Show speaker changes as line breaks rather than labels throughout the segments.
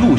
不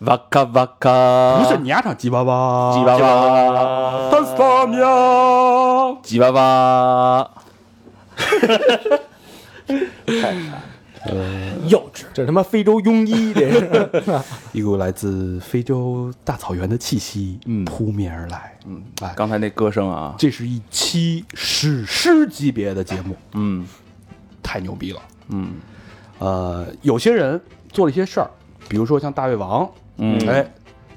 哇咔哇咔，
不是你丫唱鸡巴巴，
吉啊巴巴，
单上呀，
吉巴巴，
幼稚，这他妈非洲庸医，这是
一股来自非洲大草原的气息，
嗯
扑面而来，嗯，哎，
刚才那歌声啊，
这是一期史诗级别的节目，
嗯
太牛逼了，
嗯
呃，有些人做了一些事儿，比如说像大胃王，
嗯
哎。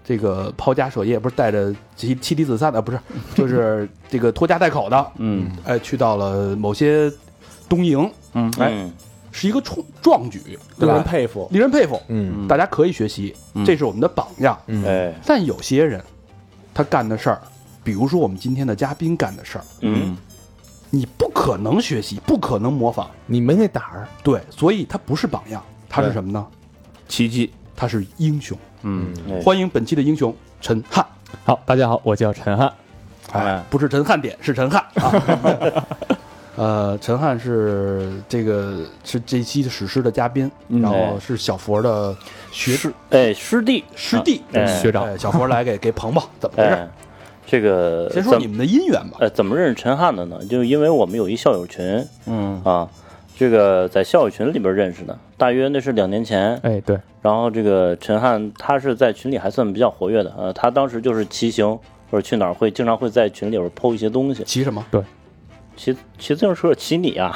这个抛家舍业不是带着妻妻离子散啊的，不是，就是这个拖家带口的，
嗯
哎，去到了某些东营，
嗯，哎，
嗯，
是一个冲壮举，对
令人
吧？
佩服。
令人佩服，嗯
嗯，
大家可以学习，
嗯
这是我们的榜样。
哎，
但有些人，他干的事儿，比如说我们今天的嘉宾干的事儿，
嗯，
你不可能学习，不可能模仿，
你没那胆儿，
对，所以他不是榜样，他是
对
什么呢？
奇迹，
他是英雄。
嗯
哎
欢迎本期的英雄陈汉，
好，大家好，我叫陈汉，
哎
不是陈汉典，是陈汉啊。 呃，陈汉是这个是这期史诗的嘉宾，
嗯
然后是小佛的学
师哎师弟
师弟，
哎
学长
哎，小佛来给给捧捧，怎么回事
哎？，这个
先说
怎
你们的姻缘吧。
呃怎么认识陈汉的呢？就因为我们有一校友群
嗯
啊，这个在校友群里边认识的，大约那是两年前。
哎，对，
然后这个陈汉他是在群里还算比较活跃的，呃，他当时就是骑行或者去哪儿会经常会在群里边抛一些东西，
骑什么？
骑骑自行车骑你啊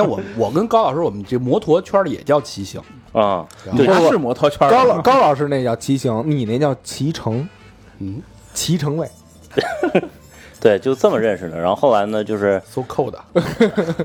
看我，我跟高老师，我们这摩托圈儿也叫骑行，
啊，
对，他是摩托圈
高
的，
老高老师那叫骑行，你那叫骑乘，
嗯
骑乘位，
对，就这么认识的。然后后来呢，就是
，so cold 啊。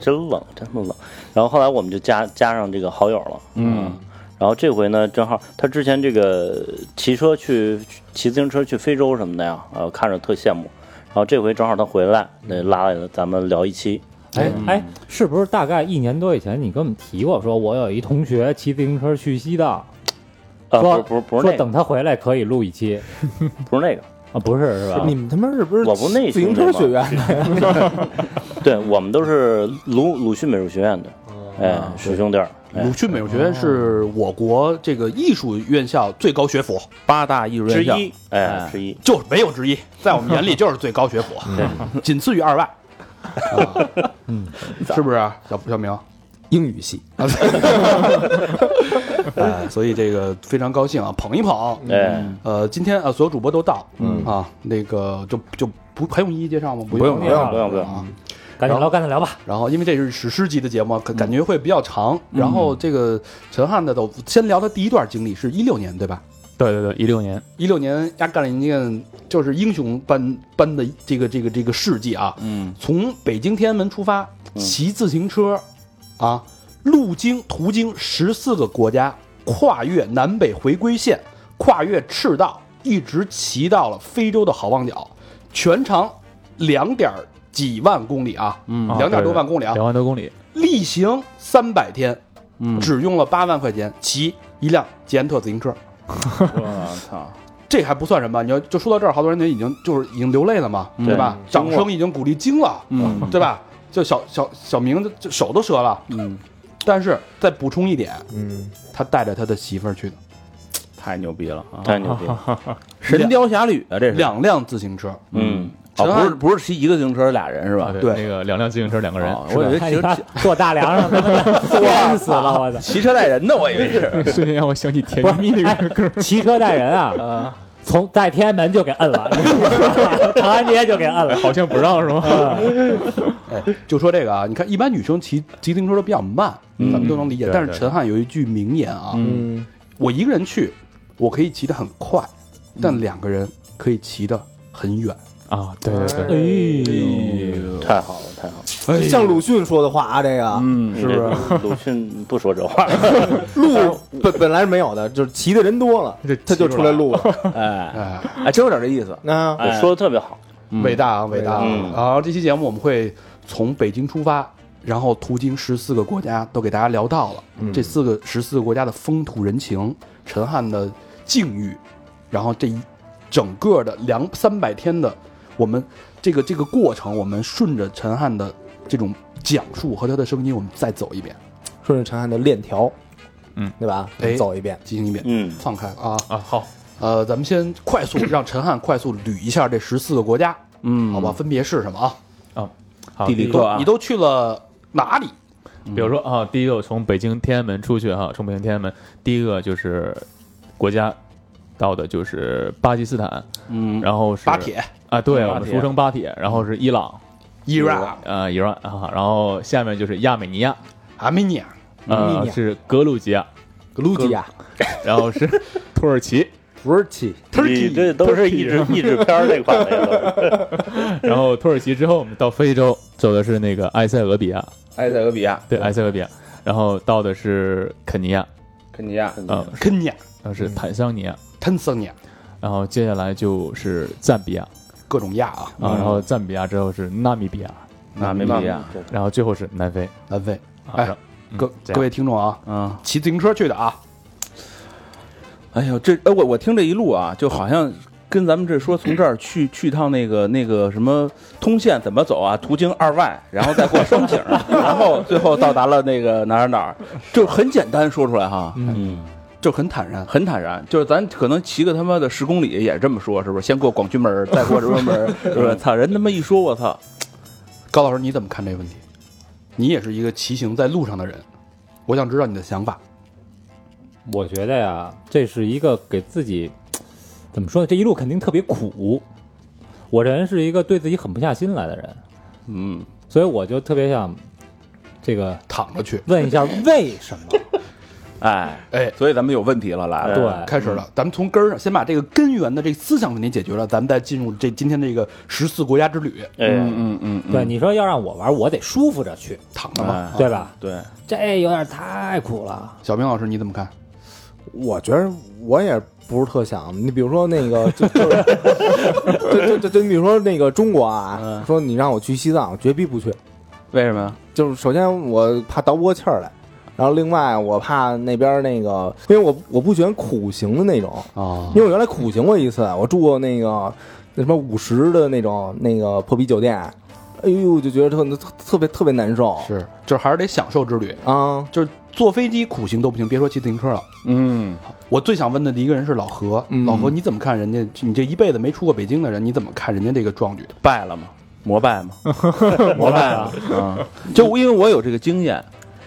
真冷，真的冷。然后后来我们就加加上这个好友了，嗯。然后这回呢，正好他之前这个骑车去骑自行车去非洲什么的呀，呃，看着特羡慕。然后这回正好他回来，那拉来了咱们聊一期，
哎哎，是不是大概一年多以前你跟我们提过，说我有一同学骑自行车去西藏，
呃，
说
不是不是不
说
是那
等
个，
他回来可以录一期
不是那个，
啊？不是是吧
你？们他妈是不是
我不内
自
兄
行
弟
车
吗
学院的？
对我们都是鲁鲁迅美术学院的，
嗯
哎，
啊
师兄弟儿，哎
鲁迅美术学院是我国这个艺术院校最高学府，
八大艺术
之
院校，
一，哎，之一，
就是没有之一，在我们眼里就是最高学府， 仅次于 二外。嗯，是不是小小明？
英 语系，
哎，所以这个非常高兴啊，捧一捧。
哎，
呃，今天啊，所有主播都到，
嗯
啊，那个就就不还用一一介绍吗？不
不用
用
不
用
不用不用，
啊。
赶紧聊，赶紧聊吧。
然后因为这是史诗级的节目，感感觉会比较长。
嗯
然后这个陈汉的都先聊他第一段经历，是一六年对吧？
对对对，一六年，
一六年他干了一件就是英雄般般的这个这个这个事迹啊，
嗯
从北京天安门出发，
嗯
骑自行车，啊，路经途经十四个国家，跨越南北回归线，跨越赤道，一直骑到了非洲的好望角，全长两点几万公里啊，嗯两点多万公里啊，
两万多公里，
例行三百天，
嗯
只用了八万块钱骑一辆捷安特自行车。
我啊操，
这还不算什么，你要就说到这儿，好多人就已经就是已经流泪了嘛，对吧？掌声已经鼓励惊了，
嗯
对吧？就小小小明就就手都折了，
嗯，
但是再补充一点，
嗯，
他带着他的媳妇儿去的，
太牛逼了啊！
太牛逼了，
神雕侠侣啊，这是
两辆自行车，
嗯，
哦，
陈
不
汉
是不是骑一个自行车俩人是吧？
对
那个两辆自行车两个人
哦，
是
我
吧
以为
看你看
骑
坐大梁 上，淹死了，我操！哎
骑车带人呢，我以为是。
瞬间让我想起甜蜜蜜那个歌儿。
骑车带人 啊，从在天安门就给摁了，长安街就给摁了。
好像不让是吗？
哎，就说这个啊，你看一般女生骑骑自行车都比较慢，咱们都能理解，
嗯对
但是
对
陈汉有一句名言啊，
嗯，
我一个人去，我可以骑得很快，但
嗯
两个人可以骑得很远。
啊，对对对，
哎呦，
太好了，太好了，
像鲁迅说的话啊，这个
嗯，
是不是？鲁迅不说这话，
路本本来是没有的，就是骑的人多 了，他就出来录了。
哎
哎，
哎，真有点这意思。
那
说的特别好，
伟大啊，伟大啊！
嗯
然后这期节目我们会从北京出发，然后途经十四个国家，都给大家聊到了、这四个十四个国家的风土人情、陈汉的境遇，然后这一整个的两三百天的我们这个这个过程，我们顺着陈汉的这种讲述和他的声音，我们再走一遍，
顺着陈汉的链条，
嗯，
对吧？
哎
走一遍，
进行一遍，
嗯
放开啊，
啊，好，
呃，咱们先快速让陈汉快速捋一下这十四个国家，
嗯，
好吧，，分别是什么啊？
好，
地理课啊
你，都去了哪里？
比如说啊，第一个从北京天安门出去哈，从北京天安门，第一个就是国家到的就是巴基斯坦，
嗯，
然后是
巴铁、
啊，对，
嗯
我
巴
们
铁
俗称巴铁，然后是伊朗，
伊朗、
呃，伊朗啊，然后下面就是亚美尼亚，
阿美尼亚、
呃，是格鲁吉亚，
格鲁吉亚、
然后是土耳其，
土耳其，
你这都是译制译制片儿那块儿 的，
然后土耳其之后我们到非洲走的是那个埃塞俄比亚，
埃塞俄比亚、
对，埃塞俄比亚，然后到的是肯尼亚，
肯尼亚、
呃，
肯尼亚、
然后是坦桑尼亚，
坦桑尼亚，
然后接下来就是赞比亚
各种亚啊，
嗯
嗯
啊，然后赞比亚之后是纳米比亚，
纳米比亚，
然后最后是南非。
南非。
啊
哎
然后嗯
各
这样
各位听众啊，
嗯，
骑自行车去的啊，
哎呦，这哎我我听这一路啊，就好像跟咱们这说从这儿去 去趟那个那个什么通县怎么走啊，途经二外，然后再过双井， 然后最后到达了那个哪儿哪儿，就很简单说出来哈，
嗯，
就很坦然。
很坦然，就是咱可能骑个他妈的十公里也这么说，是不是？先过广渠门儿，再过什么门儿，是不是？操，人他妈一说，我操，
高老师，你怎么看这个问题？你也是一个骑行在路上的人，我想知道你的想法。
我觉得呀，这是一个给自己怎么说呢？这一路肯定特别苦。我这人是一个对自己狠不下心来的人，
嗯，
所以我就特别想这个
躺着去，
问一下为什么？
哎
哎
所以咱们有问题了，
嗯
来了，
对，
开始了，咱们从根儿上先把这个根源的这个思想问题解决了，咱们再进入这今天这个十四国家之旅，
哎，
嗯嗯嗯，
对，你说要让我玩，我得舒服着去，
躺着吧。
对
啊
吧？
哎
对，
这有点太苦了。
小明老师，你怎么看？
我觉得我也不是特想，你比如说那个，就就是，就就就就你比如说那个中国啊，说你让我去西藏，我绝逼不去。
嗯为什么呀？
就是首先我怕倒不过气儿来，然后另外我怕那边儿那个，因为我我不喜欢苦行的那种，
哦
啊
因为我原来苦行过一次，我住过那个那什么五十的那种那个破逼酒店，哎呦，就觉得特特特别特别难受
是，就是还是得享受之旅，
啊，
就是坐飞机苦行都不行，别说骑自行车了。
嗯，
我最想问的一个人是老何，
嗯
老何你怎么看人家？你这一辈子没出过北京的人，你怎么看人家这个壮举？
拜了吗？膜拜吗？
膜拜啊，
啊，就因为我有这个经验，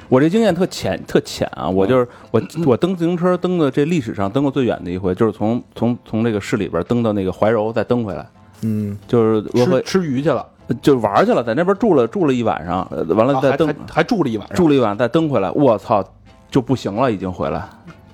我这经验特浅特浅啊，
嗯
我就是我我蹬自行车蹬的这历史上蹬过最远的一回，就是从从从这个市里边蹬到那个怀柔，再蹬回来，
嗯，
就是我
吃
会呃
吃鱼去了，
就是玩去了，在那边住了住了一晚上，呃完
啊
了再
还
蹬、
还还住了一晚上，
住了一晚上再蹬回来，我操就不行了，已经回来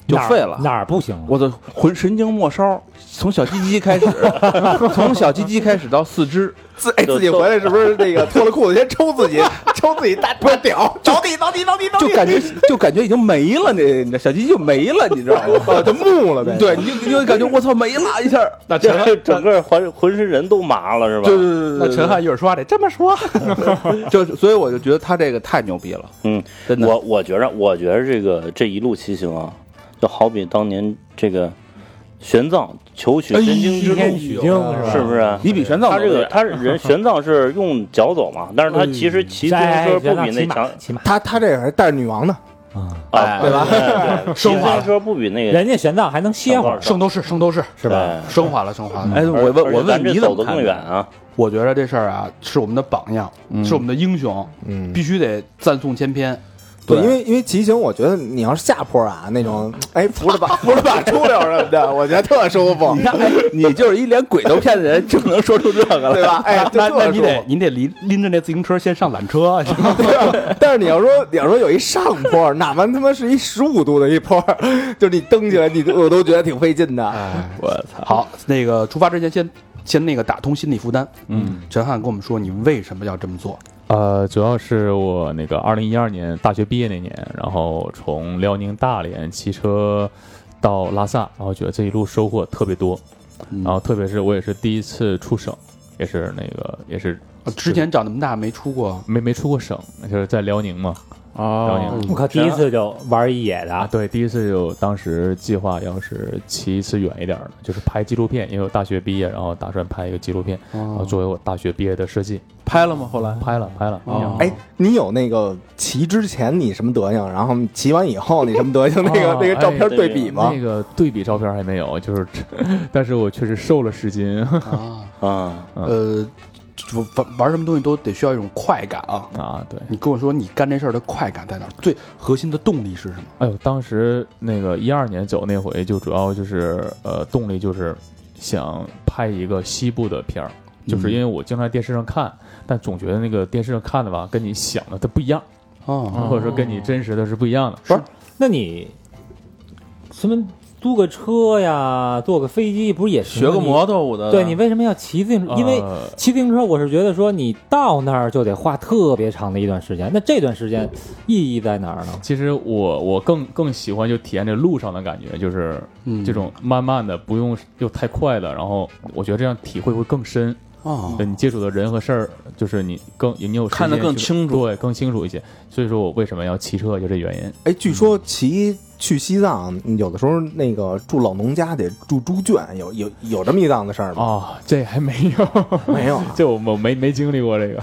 就
哪儿
废了。
哪儿不行了？啊
我的浑神经末梢，从小鸡鸡开始， 从小鸡鸡开始到四肢，
自哎自 己回来是不是那个脱了裤子先抽自己，抽自己大大屌，着地着地着地着
就
地，
感觉就感觉已经没了，那那小鸡鸡就没了，你知道吗？
啊就 木了呗，
对，你就你就感觉我操没了一下，那陈
这 整个浑浑身人都麻了是吧？
对对
那
对，
陈汉一会儿说话得这么说，
就所以我就觉得他这个太牛逼了，
嗯，
真的，
我我觉着，我觉着这个这一路骑行啊，就好比当年这个玄奘求取真经之
西
路，
天取经是吧？
是不是啊？
你比玄奘
他
都
这个
厉害
他是 人玄奘是用脚走嘛，但是他其实骑自行车不比那强
哎骑马，骑马
他他这还带着女王呢，
啊，
对吧
对？对骑自行车不比那个
人家玄奘还能歇会儿，
圣斗士，圣斗士是
吧哎
升华了，升
嗯
华了。
哎，
而
我问
而
我
且咱
问
这
你怎
走
么
得
看
更
的？
远啊？
我觉得这事儿啊，是我们的榜样，是我们的英雄，
嗯
必须得赞颂千 篇。
对，因为因为骑行，我觉得你要是下坡啊，那种
嗯
哎扶着把扶着把出溜什么的，我觉得特舒服
你，看，哎你就是一连鬼都骗的人，就能说出这个
对
来。
吧？哎，就
那那
特
你
舒
得
服。
你得拎拎着那自行车先上缆
啊
车，
但是你要说你要说有一上坡，哪怕他妈是一十五度的一坡，就是你蹬起来，你都我都觉得挺费劲
嗯
的。
哎，
我操！
好，那个出发之前先先那个打通心理负担。
嗯，
陈汉跟我们说你为什么要这么做？
呃，主要是我那个二零一二年大学毕业那年，然后从辽宁大连骑车
嗯
到拉萨，然后觉得这一路收获特别多，然后特别是我也是第一次出省，也是那个也是
啊之前长这么大没出过
没没出过省，就是在辽宁嘛。辽
哦
宁
我靠，
啊
第一次就玩一野
啊，
的，
对，第一次就当时计划要是骑一次远一点儿的，就是拍纪录片，因为我大学毕业，然后打算拍一个纪录片，
哦
然后作为我大学毕业的设计，
拍了吗？后来
哦拍了拍了。
哦
哎，你有那个骑之前你什么德行，然后骑完以后你什么德行，那个
哦
那个照片
哎
对比吗
那？个对比照片还没有，就是， 但是我确实瘦了十斤
啊，
啊，
呃，就玩玩什么东西都得需要一种快感啊。
啊。对，
你跟我说你干这事儿的快感在哪儿？最核心的动力是什么？
哎呦，当时那个一二年走那回，就主要就是呃，动力就是想拍一个西部的片儿，就是因为我经常在电视上看，但总觉得那个电视上看的吧，跟你想的它不一样，
哦，
或者说跟你真实的是不一样的。
不是？那你什么租个车呀，坐个飞机，不是也行
学
吗
个摩？托舞的，啊
你对你为什么要骑自行车？因为
呃
骑自行车，我是觉得说你到那儿就得花特别长的一段时间，那这段时间意义在哪儿呢？
其实我我更更喜欢就体验这路上的感觉，就是
嗯
这种慢慢的，不用又太快的，然后我觉得这样体会会更深。
哦，
对你接触的人和事儿，就是你更你有时间
看得更
去
清楚
对，更清楚一些。所以说我为什么要骑车，就这原因。
哎，据
嗯
说骑去西藏，有的时候那个住老农家得住猪圈，有有有这么一档子事儿
啊、
吗？
这还没 有，
没有啊，
这我我没没经历过这个。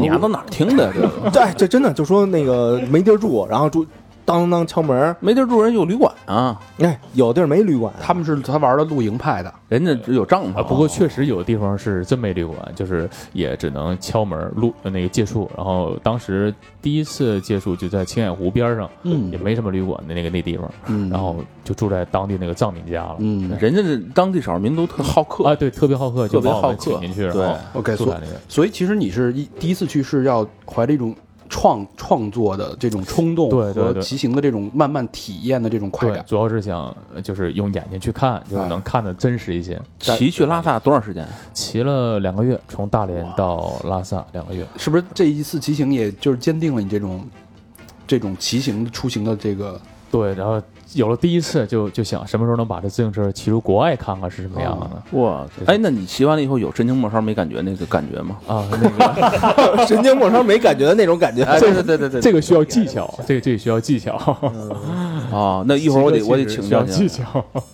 你丫都哪儿听的呀？这 个
对，这真的就说那个没地儿住，然后住当当当敲门儿，
没地儿住人有旅馆啊，
哎，有地儿没旅馆，
他们是他玩的露营派的，
人家有帐篷
啊，。不过确实有的地方是真没旅馆，就是也只能敲门录那个借宿。然后当时第一次借宿就在青海湖边上，
嗯
也没什么旅馆的那个那地方，
嗯
然后就住在当地那个藏民家了。
嗯
人家这当地少数民族特好客，
啊，对，特别好客，就
特别
把我们
好客
请进去，
对
然后
，OK，
住
所
在那个。
所以其实你是一第一次去是要怀着一种创创作的这种冲动
对对
和
对
骑行的这种慢慢体验的这种快
对，
感。
主要是想呃就是用眼睛去看，就是能看得真实一些。
骑去拉萨多长时间？
骑了两个月，从大连到拉萨两个月。
是不是这一次骑行，也就是坚定了你这种这种骑行出行的这个
对，然后有了第一次就，就想什么时候能把这自行车骑出国外看看是什么样的、
哇，哎，那你骑完了以后有神经末梢没感觉那个感觉吗？
啊？那个
神经末梢没感觉的那种感觉。
哎，对对对对对，
这个需要技巧，这个这个需要技巧。
啊，那一会儿我得我得请
需
教
要
你。啊
技巧。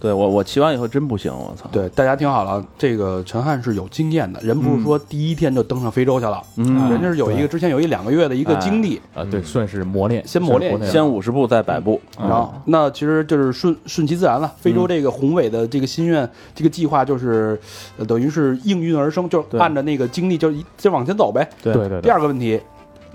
对我我骑完以后真不行，我操！
对，大家听好了，这个陈汉是有经验的，人不
嗯
是说第一天就登上非洲去了，
嗯
人家是有一个之前有一两个月的一个经历，
啊，对，算是磨练，
先磨练一下
算是
先五十步再百步，
嗯
然后那其实就是顺顺其自然了。非洲这个宏伟的这个心愿，这个计划就是、呃等于是应运而生，就是按着那个经历就一就往前走呗。
对对嗯对
第二个问题，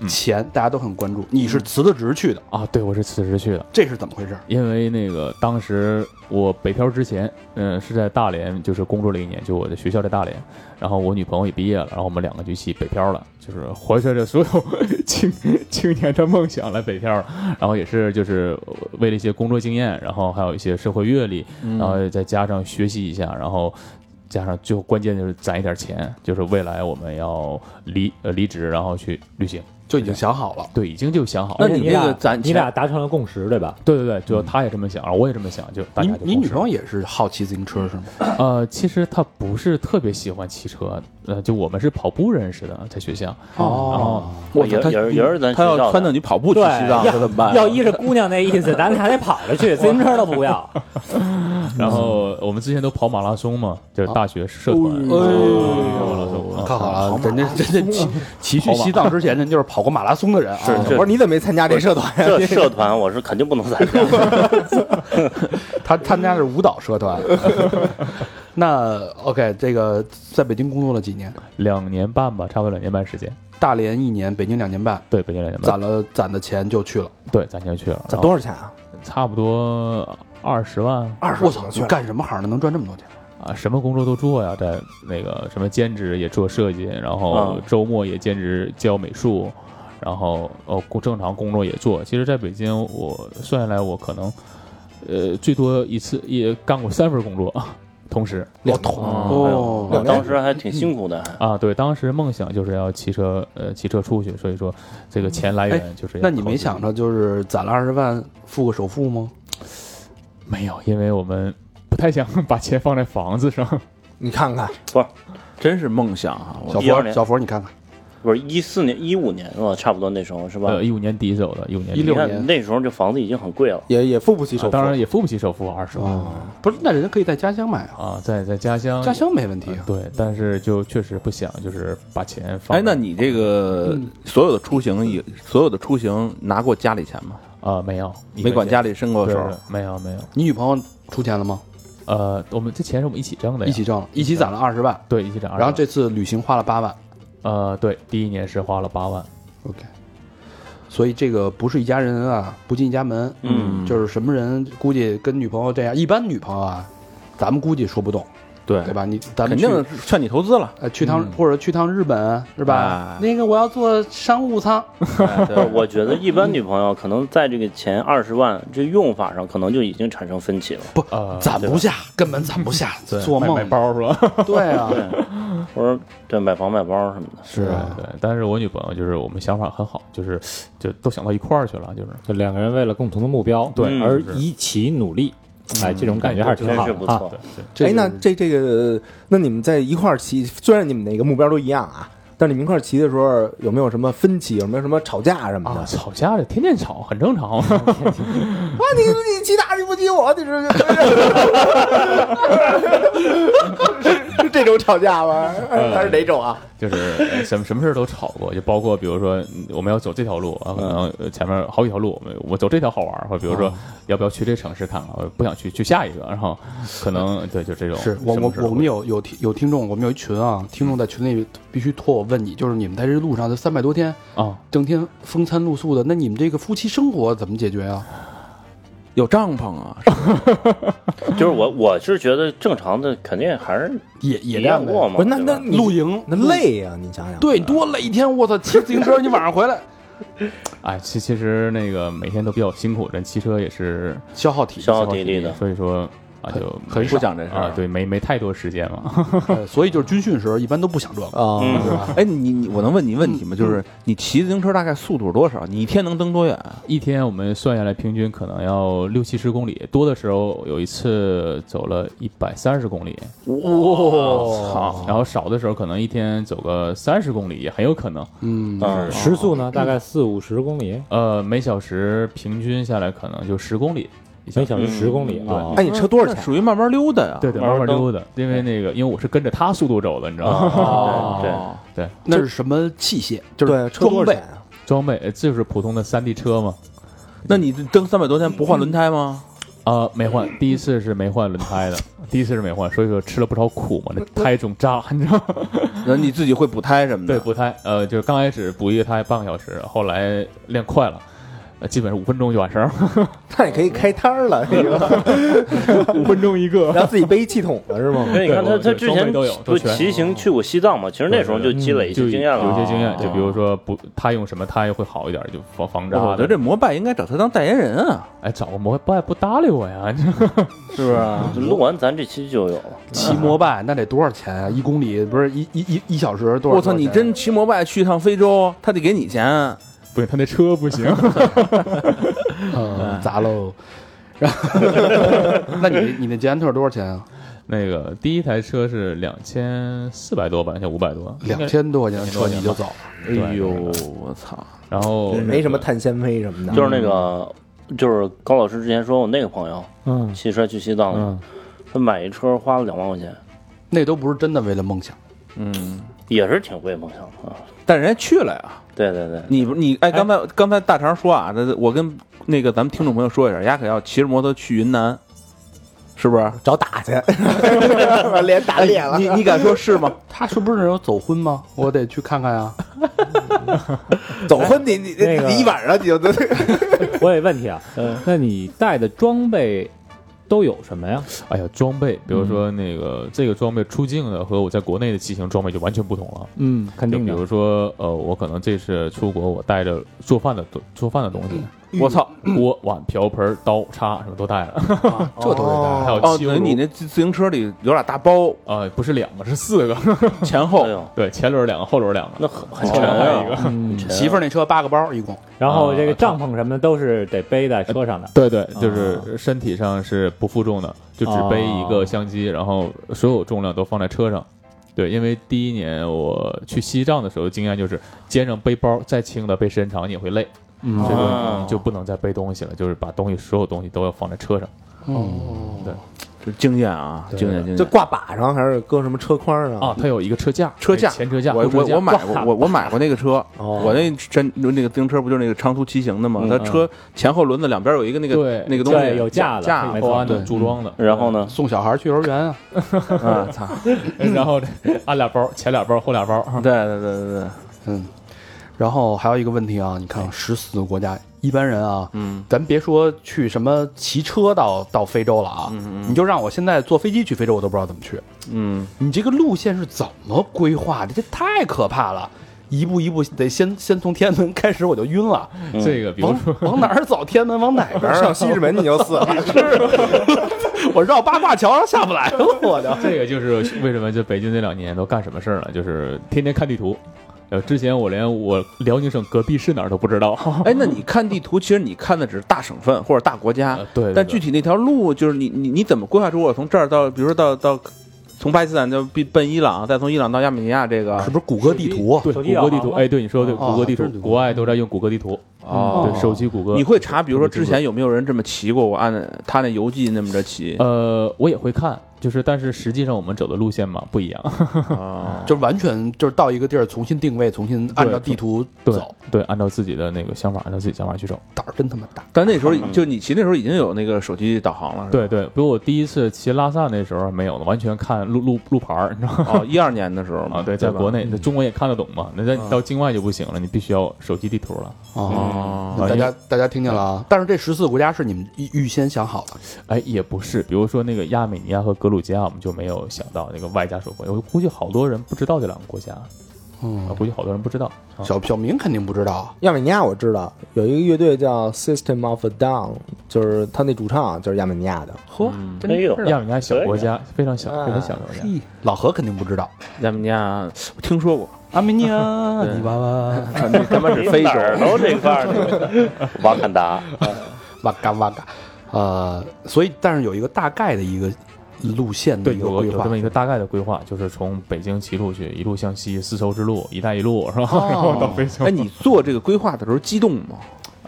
钱大家都很关注，你是辞了职去的，
啊，对我是辞职去的，
这是怎么回事？
因为那个当时我北漂之前，嗯、是在大连，就是工作了一年，就我的学校在大连，然后我女朋友也毕业了，然后我们两个就一起北漂了，就是怀揣着所有青 青年的梦想来北漂了，然后也是就是为了一些工作经验，然后还有一些社会阅历，
嗯
然后再加上学习一下，然后。加上最后关键就是攒一点钱，就是未来我们要离呃离职，然后去旅行。
就已经想好了。
对，已经就想好了。
那你
你
那个
俩
攒
你俩达成了共识对吧？
对对对，就他也这么想，然后我也这么想，就大
你
家就
哎你
共
嗯女
识
朋友也是好骑自行车是吗？
呃，其实她不是特别喜欢骑车，呃，就我们是跑步认识的，在学校。
哦，
我
也
操，他
也是也是咱
他
学校
要
的
穿着你跑步去
对，
西藏，他
要
怎么办？
要依着姑娘 那意思，咱俩得跑着去，自行车都不要。
然后我们之前都跑马拉松嘛，就是大学社团。啊
看嗯好了，人家人家骑 骑去西藏之前，人就是跑过马拉松的人啊。
是
我说你怎么没参加这社团呀？
这社团我是肯定不能参加的。
他参加的是舞蹈社 团。那 OK，这个在北京工作了几年？
两年半吧，差不多两年半时间。
大连一年，北京两年半，
对，北京两年半。
攒了攒的钱就去了。
对，咱就去了。
攒
然
多
后
少钱啊？
差不多二十万
二十
我
万
操，
能
你
去？
干什么行的能赚这么多钱？
啊，什么工作都做呀，在那个什么兼职也做设计，然后
啊
嗯
周末也兼职教美术，然后哦工正常工作也做。其实，在北京我算下来，我可能呃最多一次也干过三份工作，同时
我同
哦
我当时还挺辛苦的，还
啊，对，当时梦想就是要骑车呃骑车出去，所以说这个钱来源就是要
哎那你
靠
没
自己
想着就是攒了二十万付个首付吗？
没有，因为我们不太想把钱放在房子上。
你看看，
不是
真是梦想啊！我
小
12
佛，
年
小佛，你看看，
不是一四年、一五年吧，差不多那时候是吧？
呃，一五年第一次有的，一五年第
一
你
六
次
看
年
那时候这房子已经很贵了，
也也付不起
啊
首付，
当然也付不起首付二十万
啊，不是，那人家可以在家乡买啊，
啊，在在家乡
家乡没问题
呃
啊。
对，但是就确实不想就是把钱放
哎，那你这个所有的出行也所有的出行拿过家里钱吗？
啊没有一
没
分
管
钱
家里伸过
对
手，
对没有没有
你女朋友出钱了吗？
呃，我们这钱是我们一起挣的呀，
一起挣了，一起攒了二十万，
对一起挣20万，
然后这次旅行花了八万。
呃对第一年是花了八万，
OK，所以这个不是一家人啊，不进一家门。
嗯
就是什么人，估计跟女朋友这样，一般女朋友啊，咱们估计说不动，
对
对吧？你咱
肯
们去
定是劝你投资了。
呃去趟或者去趟日本是吧
啊？
那个我要坐商务舱，
不是，我觉得一般女朋友可能在这个前二十万这用法上，可能就已经产生分歧了。
呃
攒不下，根本攒不下， 做
卖
梦
买包是吧？
对啊，
对，我说对，买房买包什么的，
是啊
对 对，但是我女朋友就是我们想法很好，就是就都想到一块儿去了，就是
就两个人为了共同的目标，
对
嗯
而一起努力，哎，
嗯
这种感觉还是挺
真
好
是
的
不
啊。
哦
错。
对对
这
哎，那
就是
这这个，那你们在一块儿骑，虽然你们那个目标都一样啊，但是你们一块儿骑的时候有没有什么分歧？有没有什么吵架什么的？
啊，吵架的天天吵，很正 常。
啊，你你骑他，你不骑我，你 是是 是这种吵架吗？还是哪种啊？
就是呃什么什么事儿都吵过，就包括比如说嗯我们要走这条路啊，可
嗯
能呃前面好几条路，我们我走这条好玩儿，或者比
哦
如说要不要去这城市看看，我不想去，去下一个，然后可能对就这种
是我
什
我
么事儿
我
会
们有有听有听众，我们有一群啊，听众在群里必须托我问你，就是你们在这路上这三百多天，
啊
整天风餐露宿的，那你们这个夫妻生活怎么解决啊？
有帐篷啊，
就是我，我是觉得正常的肯定还是
野野
一
战
样
呗，
过嘛。
不是，那
对吧
那你
露营
那累呀、你想想，
对，多累一天，我操，骑自行车，你晚上回来
哎，其其实那个每天都比较辛苦，这骑车也是
消耗体力
消，耗体力的
所以说啊就
很
没
少
不讲这事
啊
儿。
对没没太多时间嘛。
呃所以就是军训时候一般都不想这个，
啊、
嗯
哎，你你我能问你问题吗？就是你骑自行车大概速度是多少？你一天能蹬多远？啊
一天我们算下来平均可能要六七十公里，多的时候有一次走了一百三十公里，哇！然后少的时候可能一天走个三十公里也很有可能，
嗯，
嗯，
时速呢，大概四五十公里，
呃，每小时平均下来可能就十公里。
每小时十公里
嗯
啊
哎，。你车多少钱
那？属于慢慢溜达呀。
对对，慢
慢
慢
慢
溜达，因为那个，因为我是跟着他速度走的，你知道
嗯
吗？
啊，对，
哦，
对，
那是什么器械？就是
对，车
装
多少
备
钱，啊？
装备呃就是普通的山地车嘛，
那你蹬三百多天不换轮胎吗？
啊，没换，第一次是没换轮胎的，第一次是没换，所以说吃了不少苦嘛，那胎总扎，你知道吗？
然后你自己会补胎
嗯
什么
对，
的？
补胎，呃，就是刚开始补一个胎半个小时，后来练快了，呃，基本上五分钟就完事儿，
那你可以开摊儿 了，那个，
五分钟一个。
然后自己背一气筒了是吗？
因为你看
对
他
我
他
对
之
装备
前
都有
不
都全
骑行去过西藏嘛，其实那时候就积累一
就
些经验
有
了。
一些经验，就
啊
比如说不，他用什么胎会好一点，就防防
我
扎
觉得
的。
这摩拜应该找他当代言人啊，
哎，找个摩拜不搭理我呀，
是不是？
啊就录完咱这期就有了，
骑摩拜那得多少钱啊？一公里不是一一一一小时多少？啊
我操，你真骑摩拜去一趟非洲，他得给你钱。
不行，他那车不 行。
嗯砸喽。然后， 那你你那捷安特多少钱啊？
那个第一台车是两千四百多吧，两千五百多，应该
两。千多块钱的车你就走了，
哎呦，我操！
然后
没什么碳纤维什么
嗯
的，
就是那个，就是高老师之前说我那个朋友
嗯
骑车去西
哦
藏了
嗯，
他买一车花了两万块钱，
那都不是真的为了梦想。
嗯，
也是挺贵梦想的啊。
但人家去了呀。
对对对，
你不你哎，刚才刚才大肠说啊，那我跟那个咱们听众朋友说一下，丫可要骑着摩托去云南，是不是？
找打去， 把脸 打脸了。
你你敢说是吗？
他是不是有走婚吗？我得去看看呀。
走婚你你
那个
你一晚上你就都
我有问题啊，那你带的装备都有什么呀？
哎呀，装备，比如说那个这个装备出境的和我在国内的骑行装备就完全不同了。
嗯，肯
就
定
比
的
如。说，呃，我可能这次出国，我带着做饭的东做饭的东西，我操， 锅碗瓢盆刀叉什么都带啊了，
这都得带。
还有
哦，
汽油
等于
炉
你那自自行车里有俩大包，
呃，不是两个是四个，
前
哎
后
呦，
对，前轮两个，后轮两个，
那很很
后
沉
轮哦还有一
啊。
个，
媳妇儿那车八个包一共，
嗯然后这个
啊
帐篷什么的都是得背在车上的。
对对，就是身体哦上是不负重的，就只背一个相机，然后所有重量都放在车上，对，因为第一年我去西藏的时候，经验就是肩上背包再轻的背时间长你也会累，
嗯
这个
哦
你就不能再背东西了，就是把东西所有东西都要放在车上。
这经验啊，经验经
就
验。
挂把上还是搁什么车筐上
哦
啊，？它有一个车架，
车架
前车架，
我
后车
我
架
我买过我我买过那个车，
哦
我那真那个自行车不就是那个长途骑行的吗？
嗯
它车前后轮子两边有一个那
对
个那个东西，
对有架
架
子
架
没
保
错
安的
对
组装 的，
然后呢？
送小孩去幼儿园啊，
啊，操！
然后按俩包，前俩包，后俩包，
对对对对对，
然后还有一个问题啊，你看十四个国家，一般人啊，
嗯，
咱别说去什么骑车到到非洲了啊，你就让我现在坐飞机去非洲，我都不知道怎么去。
嗯，
你这个路线是怎么规划的？这太可怕了。一步一步得先先从天安门 开始，我就晕了。
嗯
这个比如
往
说
往哪儿走？天安门往哪 边
上
啊？
西直门你就死 了，
我绕八卦桥上下不来了，我就。
这个就是为什么就北京这两年都干什么事儿了，就是天天看地图。呃，之前我连我辽宁省隔壁是哪儿都不知道。
哎，那你看地图，其实你看的只是大省份或者大国家
呃，对对
但
对
具体那条路就是你你你怎么规划出我从这儿到，比如说到到从巴基斯坦就奔奔伊朗，再从伊朗到亚美尼亚这个
是不是谷歌地图？啊
对，
手机
谷歌
导
地
航
图，
吗
哎，对，你说的对，
哦
谷歌地
真
图
是，
国外都在用谷歌地图，
哦
对，手机谷歌。
你会查，比如说之
这个
前有没有人这么骑过？我按他那游记那么 着骑
呃，我也会看，就是但是实际上我们走的路线嘛不一样。
啊？
就是完全就是到一个地儿重新定位，重新按照地图
对
走，
对，按照自己的那个想法，按照自己想法去走。
胆儿真他妈大。
但那时候就你骑那时候已经有那个手机导航了，是吧？
对对，比如我第一次骑拉萨那时候没有，完全看路路路牌儿，你知道吗？
哦，一二年的时候嘛，
啊，对，
吧
在国内，在中国也看得懂嘛。那在你到境外就不行了，你必须要手机地图了。
哦，
嗯大家大家听见了啊？但是这十四个国家是你们预预先想好的，
哎，也不是，比如说那个亚美尼亚和格鲁吉亚，我们就没有想到那个外加手国。我估计好多人不知道这两个国家，啊，
嗯，
估计好多人不知道。啊
小小明肯定不知道啊，
亚美尼亚我知道有一个乐队叫 System of a Down，就是他那主唱啊就是亚美尼亚的。
呵，
嗯
哎呦，
亚美尼亚小国家，非常小，
啊
非常小的国家。
嘿，老何肯定不知道。
亚美尼亚我听说过，
阿米尼亚，你娃娃，
啊那他妈是非
你
洲
哪，儿都这块儿呢， 瓦坎达，
哇嘎哇嘎，呃，所以但是有一个大概的一个路线的
对，
一个
有
规
有这
划
么。一个大概的规划，就是从北京骑路去，一路向西，丝绸之路、“一带一路”是吧？
哦
然后到非洲。
哎，你做这个规划的时候激动吗？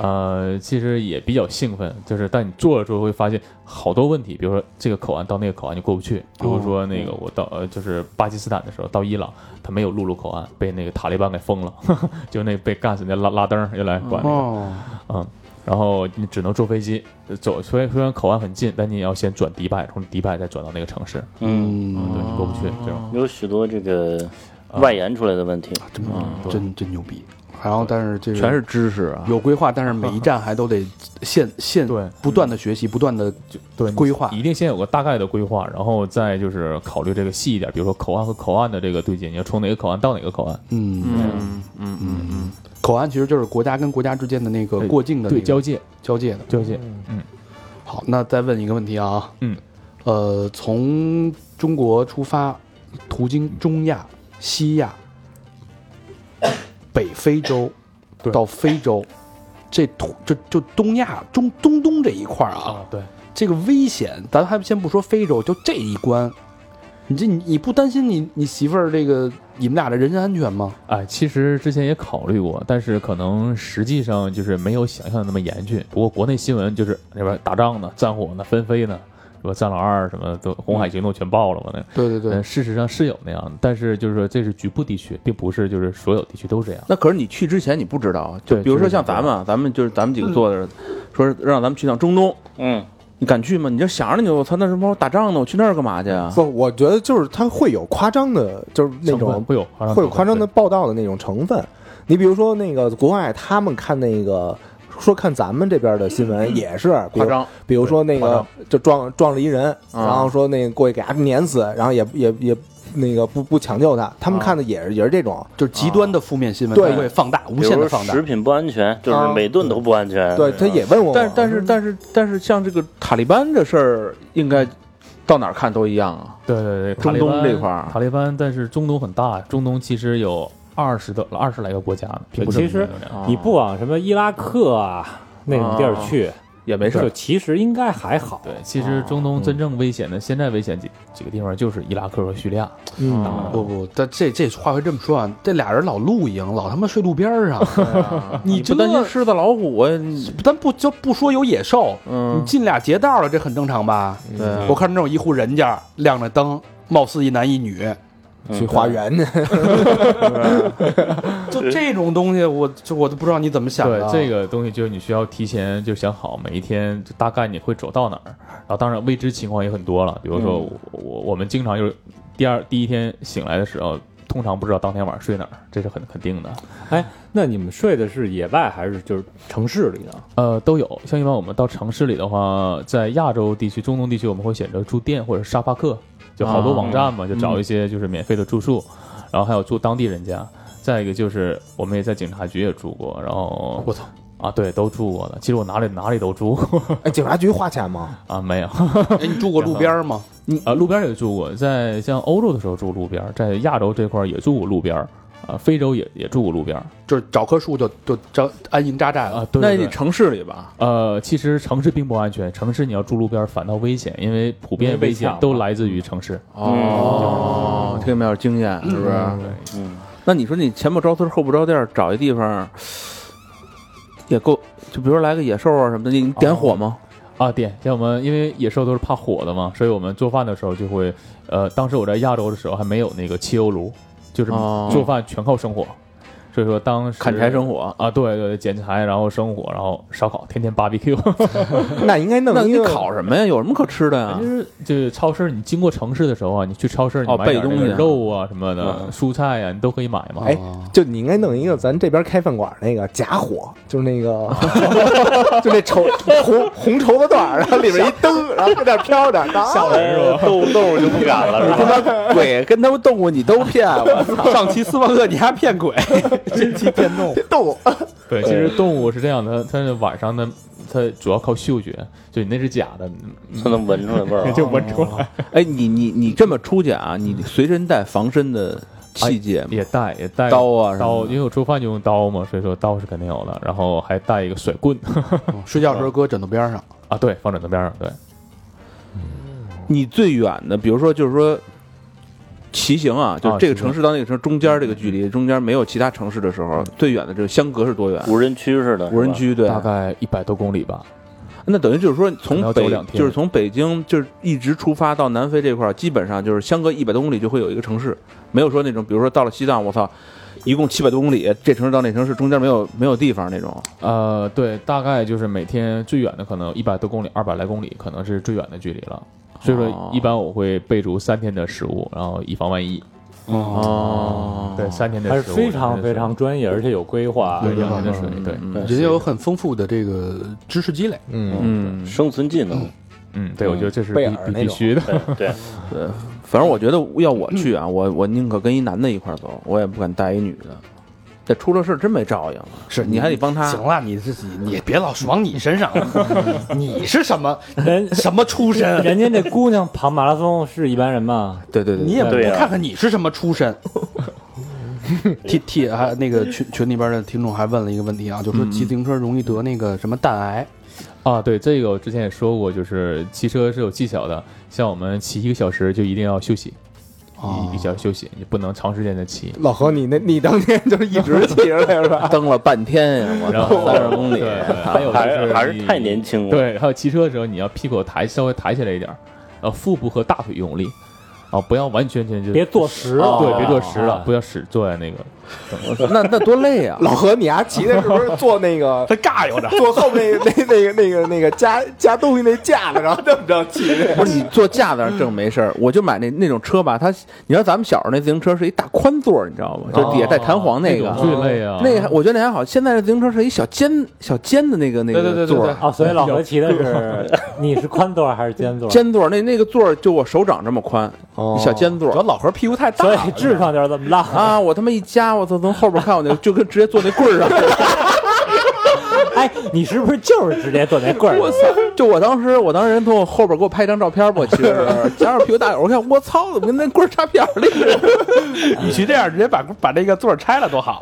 呃，其实也比较兴奋，就是但你做了之后会发现好多问题，比如说这个口岸到那个口岸就过不去，比如说那个我到呃就是巴基斯坦的时候到伊朗，它没有陆路口岸，被那个塔利班给封了， 就那被干死那拉拉登儿又来管那个，
哦，
嗯，然后你只能坐飞机呃走，虽然虽然口岸很近，但你也要先转迪拜，从迪拜再转到那个城市，嗯，
嗯，
啊对你过不去这种，
有许多这个外延出来的问题。
真
嗯对
真真牛逼。然后但是这个
全是知识啊！
有规划，但是每 一站还都得现现
对
不断的学习，不断的
对你
规划
一定先有个大概的规划，然后再就是考虑这个细一点，比如说口岸和口岸的这个对接，你要从哪个口岸到哪个口岸。
嗯，
嗯嗯嗯嗯，
口岸其实就是国家跟国家之间的那个
对
过境的那
对
个
交界，
交界的。
交界，
好，那再问一个问题啊，
嗯，
呃，从中国出发，途经中亚、西亚、北非洲，
对
到非洲，这途这就东亚中中东这一块儿啊，，
对，
这个危险，咱还先不说非洲，就这一关，你这你你不担心你你媳妇儿这个你们俩的人身安全吗？
哎，其实之前也考虑过，但是可能实际上就是没有想象的那么严峻。不过国内新闻就是那边打仗呢，战火呢纷飞呢，什么战狼二什么都红海行动全爆了嘛那。
对对
呃，事实上是有那样的，但是就是说这是局部地区，并不是就是所有地区都这样。
那可是你去之前你不知道啊，就
对嗯
比如
就
说
是
像咱们啊，咱们就是咱们几个坐着，说是让咱们去趟中东，
嗯，
你敢去吗？你这想着你，我操，那什么打仗呢？我去那儿干嘛去啊？
不，我觉得就是他会有夸张的，就是那
成分
种
会有夸张，
会有夸张的报道的那种成分。你比如说那个国外，他们看那个说看咱们这边的新闻也是比
嗯夸
如
张，嗯
比如说那
夸
个
张
就撞撞了一人，然后说那个过去给他碾死，然后也也也那个不不抢救他，他们看
嗯
的也是也是这种。
就是极端的负面新闻，
对
它会放大，无
比
限
如
的放大
食。品不安全，就是
啊
每顿都不安全。
对，他也问我，
但但是但是但是像这个塔利班这事儿，应该到哪儿看都一样啊。
对对对，
中东
塔利班
这块儿
塔利班，但是中东很大，中东其实有二十的二十来个国家呢，并不是
其实
没有那样
啊
你不往什么伊拉克啊那种地儿去，
也没事
就
儿。
其实应该还好。
对，其实中东真正危险的，现在危险几几个地方就是伊拉克和叙利亚。
啊
嗯，
不不，但这这话会这么说啊，这俩人老露营，老他妈睡路边儿上， 你
啊不
这
担心狮子、老虎啊？
咱不就不说有野兽，你
嗯，
进俩劫道了，这很正常吧？
对啊
我看那种一户人家亮着灯，貌似一男一女，
嗯
去花园去，
就这种东西，我就我都不知道你怎么想
对
的。
这个东西，就是你需要提前就想好每一天就大概你会走到哪儿，然后当然未知情况也很多了，比如说我、我我们经常就是第二第一天醒来的时候，通常不知道当天晚上睡哪儿，这是很肯定的。
哎，那你们睡的是野外还是就是城市里呢？
呃，都有，像一般我们到城市里的话，在亚洲地区、中东地区，我们会选择住店或者沙发客，就好多网站嘛，就找一些就是免费的住宿，然后还有住当地人家。再一个就是我们也在警察局也住过，然后
我操
啊，对，都住过的。其实我哪里哪里都住过
哎，警察局花钱 吗？
啊，没有。
哎，你住过路边儿吗？
啊，路边儿也住过，在像欧洲的时候住路边儿，在亚洲这块儿也住过路边儿，啊，非洲也也住过路边儿
就是找棵树就就扎安营扎寨了。
啊。对
那
对
也得
对，
城市里吧？
呃，其实城市并不安全，城市你要住路边儿反倒危险，因为普
因为
遍
被
危险嗯
抢
都
了
来自于城市。
哦，这个没有经验，是不是？
嗯，
那你说你前不着村后不着店，找一地方也够，就比如来个野兽啊什么的，你你点火吗？
啊，对，像我们因为野兽都是怕火的嘛，所以我们做饭的时候就会，呃，当时我在亚洲的时候还没有那个汽油炉，就是
哦
做饭全靠生火，所以说当时
砍柴生火，
啊，对对，捡柴然后生火，然后烧烤，天天 barbecue。
那应该
那
弄一
你
个
烤什么呀？有什么可吃的呀
就？是就是超市，你经过城市的时候啊，你去超市你
哦
买点
备
那
东
个
西啊
肉啊什么的，
嗯
蔬菜啊呀，你都可以买嘛。
哎，就你应该弄一个咱这边开饭馆那个假火，就是那 个，就那绸红红绸子缎儿，然后里面一灯，然后在那儿飘着， 吓
哎
人是吧？
动动物就不敢了，是吧？
鬼跟他们动物你都骗 我，
上期斯万克你还骗鬼，这期骗动物。
动
对，其实动物是这样的，它它是晚上呢，它主要靠嗅觉，就你那是假的，哦
就能闻出来味儿 啊。
就闻出来。
哎，你你你这么出去啊？你随身带防身的器械吗？
也带也带
刀啊什么的
刀，因为我做饭就用刀嘛，所以说刀是肯定有的。然后还带一个甩棍
嗯睡觉时候搁枕头边上，
啊，对，放枕头边上。对，
你最远的，比如说就是说骑行啊，就
啊
是这个
骑行嗯
城市到那个城市中间这个距离，中间没有其他城市的时候，最远的这个相隔是多远？
无人区似的，
无人区对，啊
大概一百多公里吧。
那等于就是
可
说
能
从
要走
北
两天
就是从北京就是一直出发到南非这块儿，基本上就是相隔一百多公里就会有一个城市，没有说那种比如说到了西藏，我操，一共七百多公里，这城市到那城市中间没有没有地方那种。
呃，对，大概就是每天最远的可能一百多公里，二百来公里，可能是最远的距离了。所以
哦
说，一般我会备足三天的食物，然后以防万一。
哦
对，三天的
还是
食物
非常非常
两
专业，而且有规划。
天的水对两天的水，对，
嗯
人家有很丰富的这个知识积累。
嗯，
嗯
生存技能，
嗯，对，我觉得这是
贝
必
尔那
必
种
必须的。
对对，
反正我觉得要我去
嗯
啊，我我宁可跟一男的一块儿走，我也不敢带一女的。这出了事儿真没照应，
是
你还得帮他
行。了，你自己你也别老往你身上了，你是什么
人
什么出身？
人家这姑娘跑马拉松是一般人吗？
对对对，
你也不
对啊呀
看看你是什么出身。T T 还那个群群里边的听众还问了一个问题啊，就说骑自行车容易得那个什么蛋癌，
啊，对，这个我之前也说过，就是骑车是有技巧的，像我们骑一个小时就一定要休息，
哦
一一小时休息，你不能长时间的骑。
老何，你那你当天就是一直骑着来是吧？
蹬了半天呀，我
然
操，
后
三十公里，
对还有
还
就是
还是
你
太年轻了。
对，还有骑车的时候，你要屁股抬稍微抬起来一点儿，呃，腹部和大腿用力，啊，不要完全全就
别坐实了，
哦对，别坐实了，
啊
不要使坐在那个。
那那多 累啊！
老何，你丫骑的是不是坐那个？他尬悠着，坐后面那个那那个那个那个夹夹东西那架子，然后这么着骑 着。
不是你坐架子上正没事儿，我就买那那种车吧，它你知道咱们小时候那自行车是一大宽座儿，你知道
哦
吗？就底下带弹簧
那
个
种。最累啊，
那个我觉得那还好，现在的自行车是一小尖小尖的那个那
对
个
对对对
座儿
对，
哦，所以老何骑 的是你是宽座还是尖座？
尖座儿那那个座儿就我手掌这么宽，一小尖座
哦主
儿
要老何屁股太大
所
了，
以痔疮就是这 么大。
啊 啊！我他妈一夹，我操，从后边看我那就跟直接坐那棍儿上似的。
哎，你是不是就是直接坐那棍儿？
我操！就我当时，我当时人从我后边给我拍一张照片吧，其 实加上屁股大眼，我看我操，怎么跟那棍儿插片儿里了？
与其这样，直接把把这个座儿拆了多好。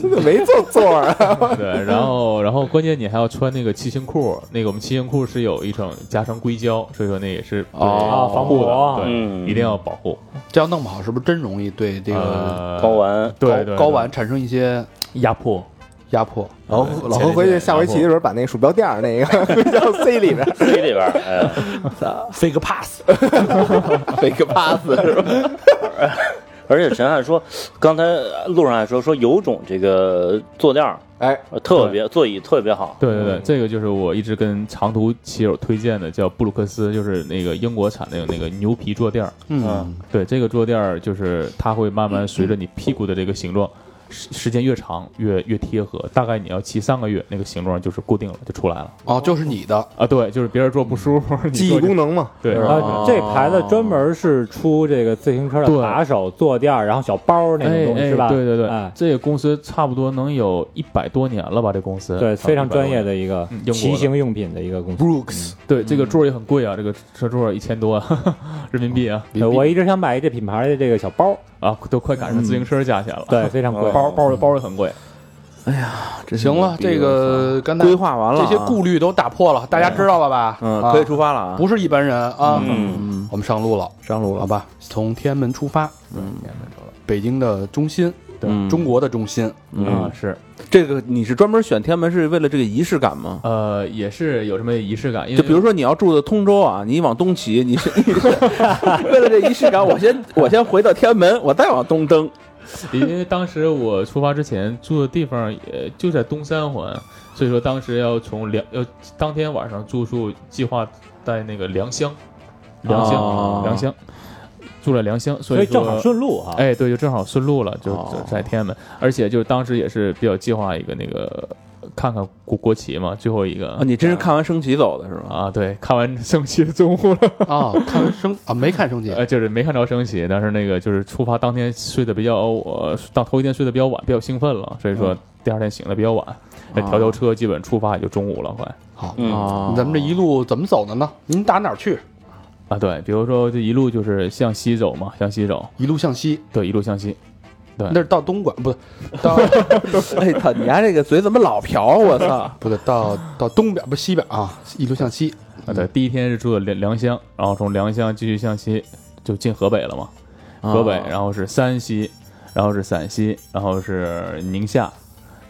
真的没坐座儿啊，
对，然后然后关键你还要穿那个骑行裤，那个我们骑行裤是有一层加上硅胶，所以说那也是
哦
对防护
防
的，
火
嗯
对，一定要保护。
这样弄不好，是不是真容易对这个
呃
睾丸
对
睾
对
睾丸产生一些
压迫，
压迫？
老
对
何老
前
何
列
回去
腺
下
压
围棋
迫
的时候，把那个鼠标垫儿 那个硅胶塞里边 儿，
飞里边儿，哎，
飞 个 pass，
被个 pass 是吧？
而且陈汉说，刚才路上还说说有种这个坐垫儿
哎，
呃特别座椅特别好，
对对
嗯
对，这个就是我一直跟长途骑友推荐的，叫布鲁克斯，就是那个英国产的那个牛皮坐垫儿。
嗯，
对，这个坐垫儿就是它会慢慢随着你屁股的这个形状，时时间越长越越贴合，大概你要骑三个月，那个形状就是固定了，就出来了
哦，就是你的，嗯
啊。对，就是别人坐不舒服， 你
记忆
坐就
功能嘛，
对，
哦
啊，这牌子专门是出这个自行车的
对
把手、坐垫儿，然后小包那种东西
哎哎
是吧？
对对对，
哎，
这个公司差不多能有一百多年了吧？这公司
对，非常专业。
差不多100多年
的嗯一个
嗯英国的
骑行用品的一个公司。
Brooks，
对，这个座儿也很贵啊，这个车座一千多 人民币啊
呃我一直想买这品牌的这个小包，
啊，都快赶上自行车价钱了。
对，非常贵。
包包包也很贵。
行了，
嗯
这个刚才
规划完了
这
啊，
些顾虑都打破了，大家知道了吧？
嗯
啊
可以出发了啊！
不是一般人啊。
嗯，
我们上路了，上路了，好吧？从天安门出发，北京的中心，
嗯
中国的中心，
嗯，是，
这个你是专门选天安门是为了这个仪式感吗？
呃，也是有这么仪式感，因为
就比如说你要住的通州啊，你往东骑，你 是你是为了这仪式感，我先我先回到天安门，我再往东蹬。
因为当时我出发之前住的地方也就在东三环，所以说当时要从良要当天晚上住宿计划在那个良乡，良
哦
乡，良乡，住了良乡，
所
所
以
以
正好
说。
顺路哈，
哎，对，就正好顺路了，就
哦
就在天安门，而且就是当时也是比较计划一个那个看看国国旗嘛，最后一个
啊，你真是看完升旗走的是吗？
啊，对，看完 升旗的中午了，
啊，看升啊，没看升旗，
呃，就是没看着升旗，但是那个就是出发当天睡得比较，呃，当头一天睡得比较晚，比较兴奋了，所以说第二天醒得比较晚，那调调车基本出发也就中午了，快
好，
嗯
啊，
咱们这一路怎么走的呢？您打哪儿去？
啊，对，比如说这一路就是向西走嘛，向西走，
一路向西，
对，一路向西，对
那是到东莞，不是到
哎操，你家这个嘴怎么老瓢？啊我操！
不对，到到东边，不是西边啊，一路向西，
啊，对，第一天是住的良良乡，然后从良乡继续向西就进河北了嘛，
啊
河
哦
北，然后是山西，然后是陕西，然后是宁夏，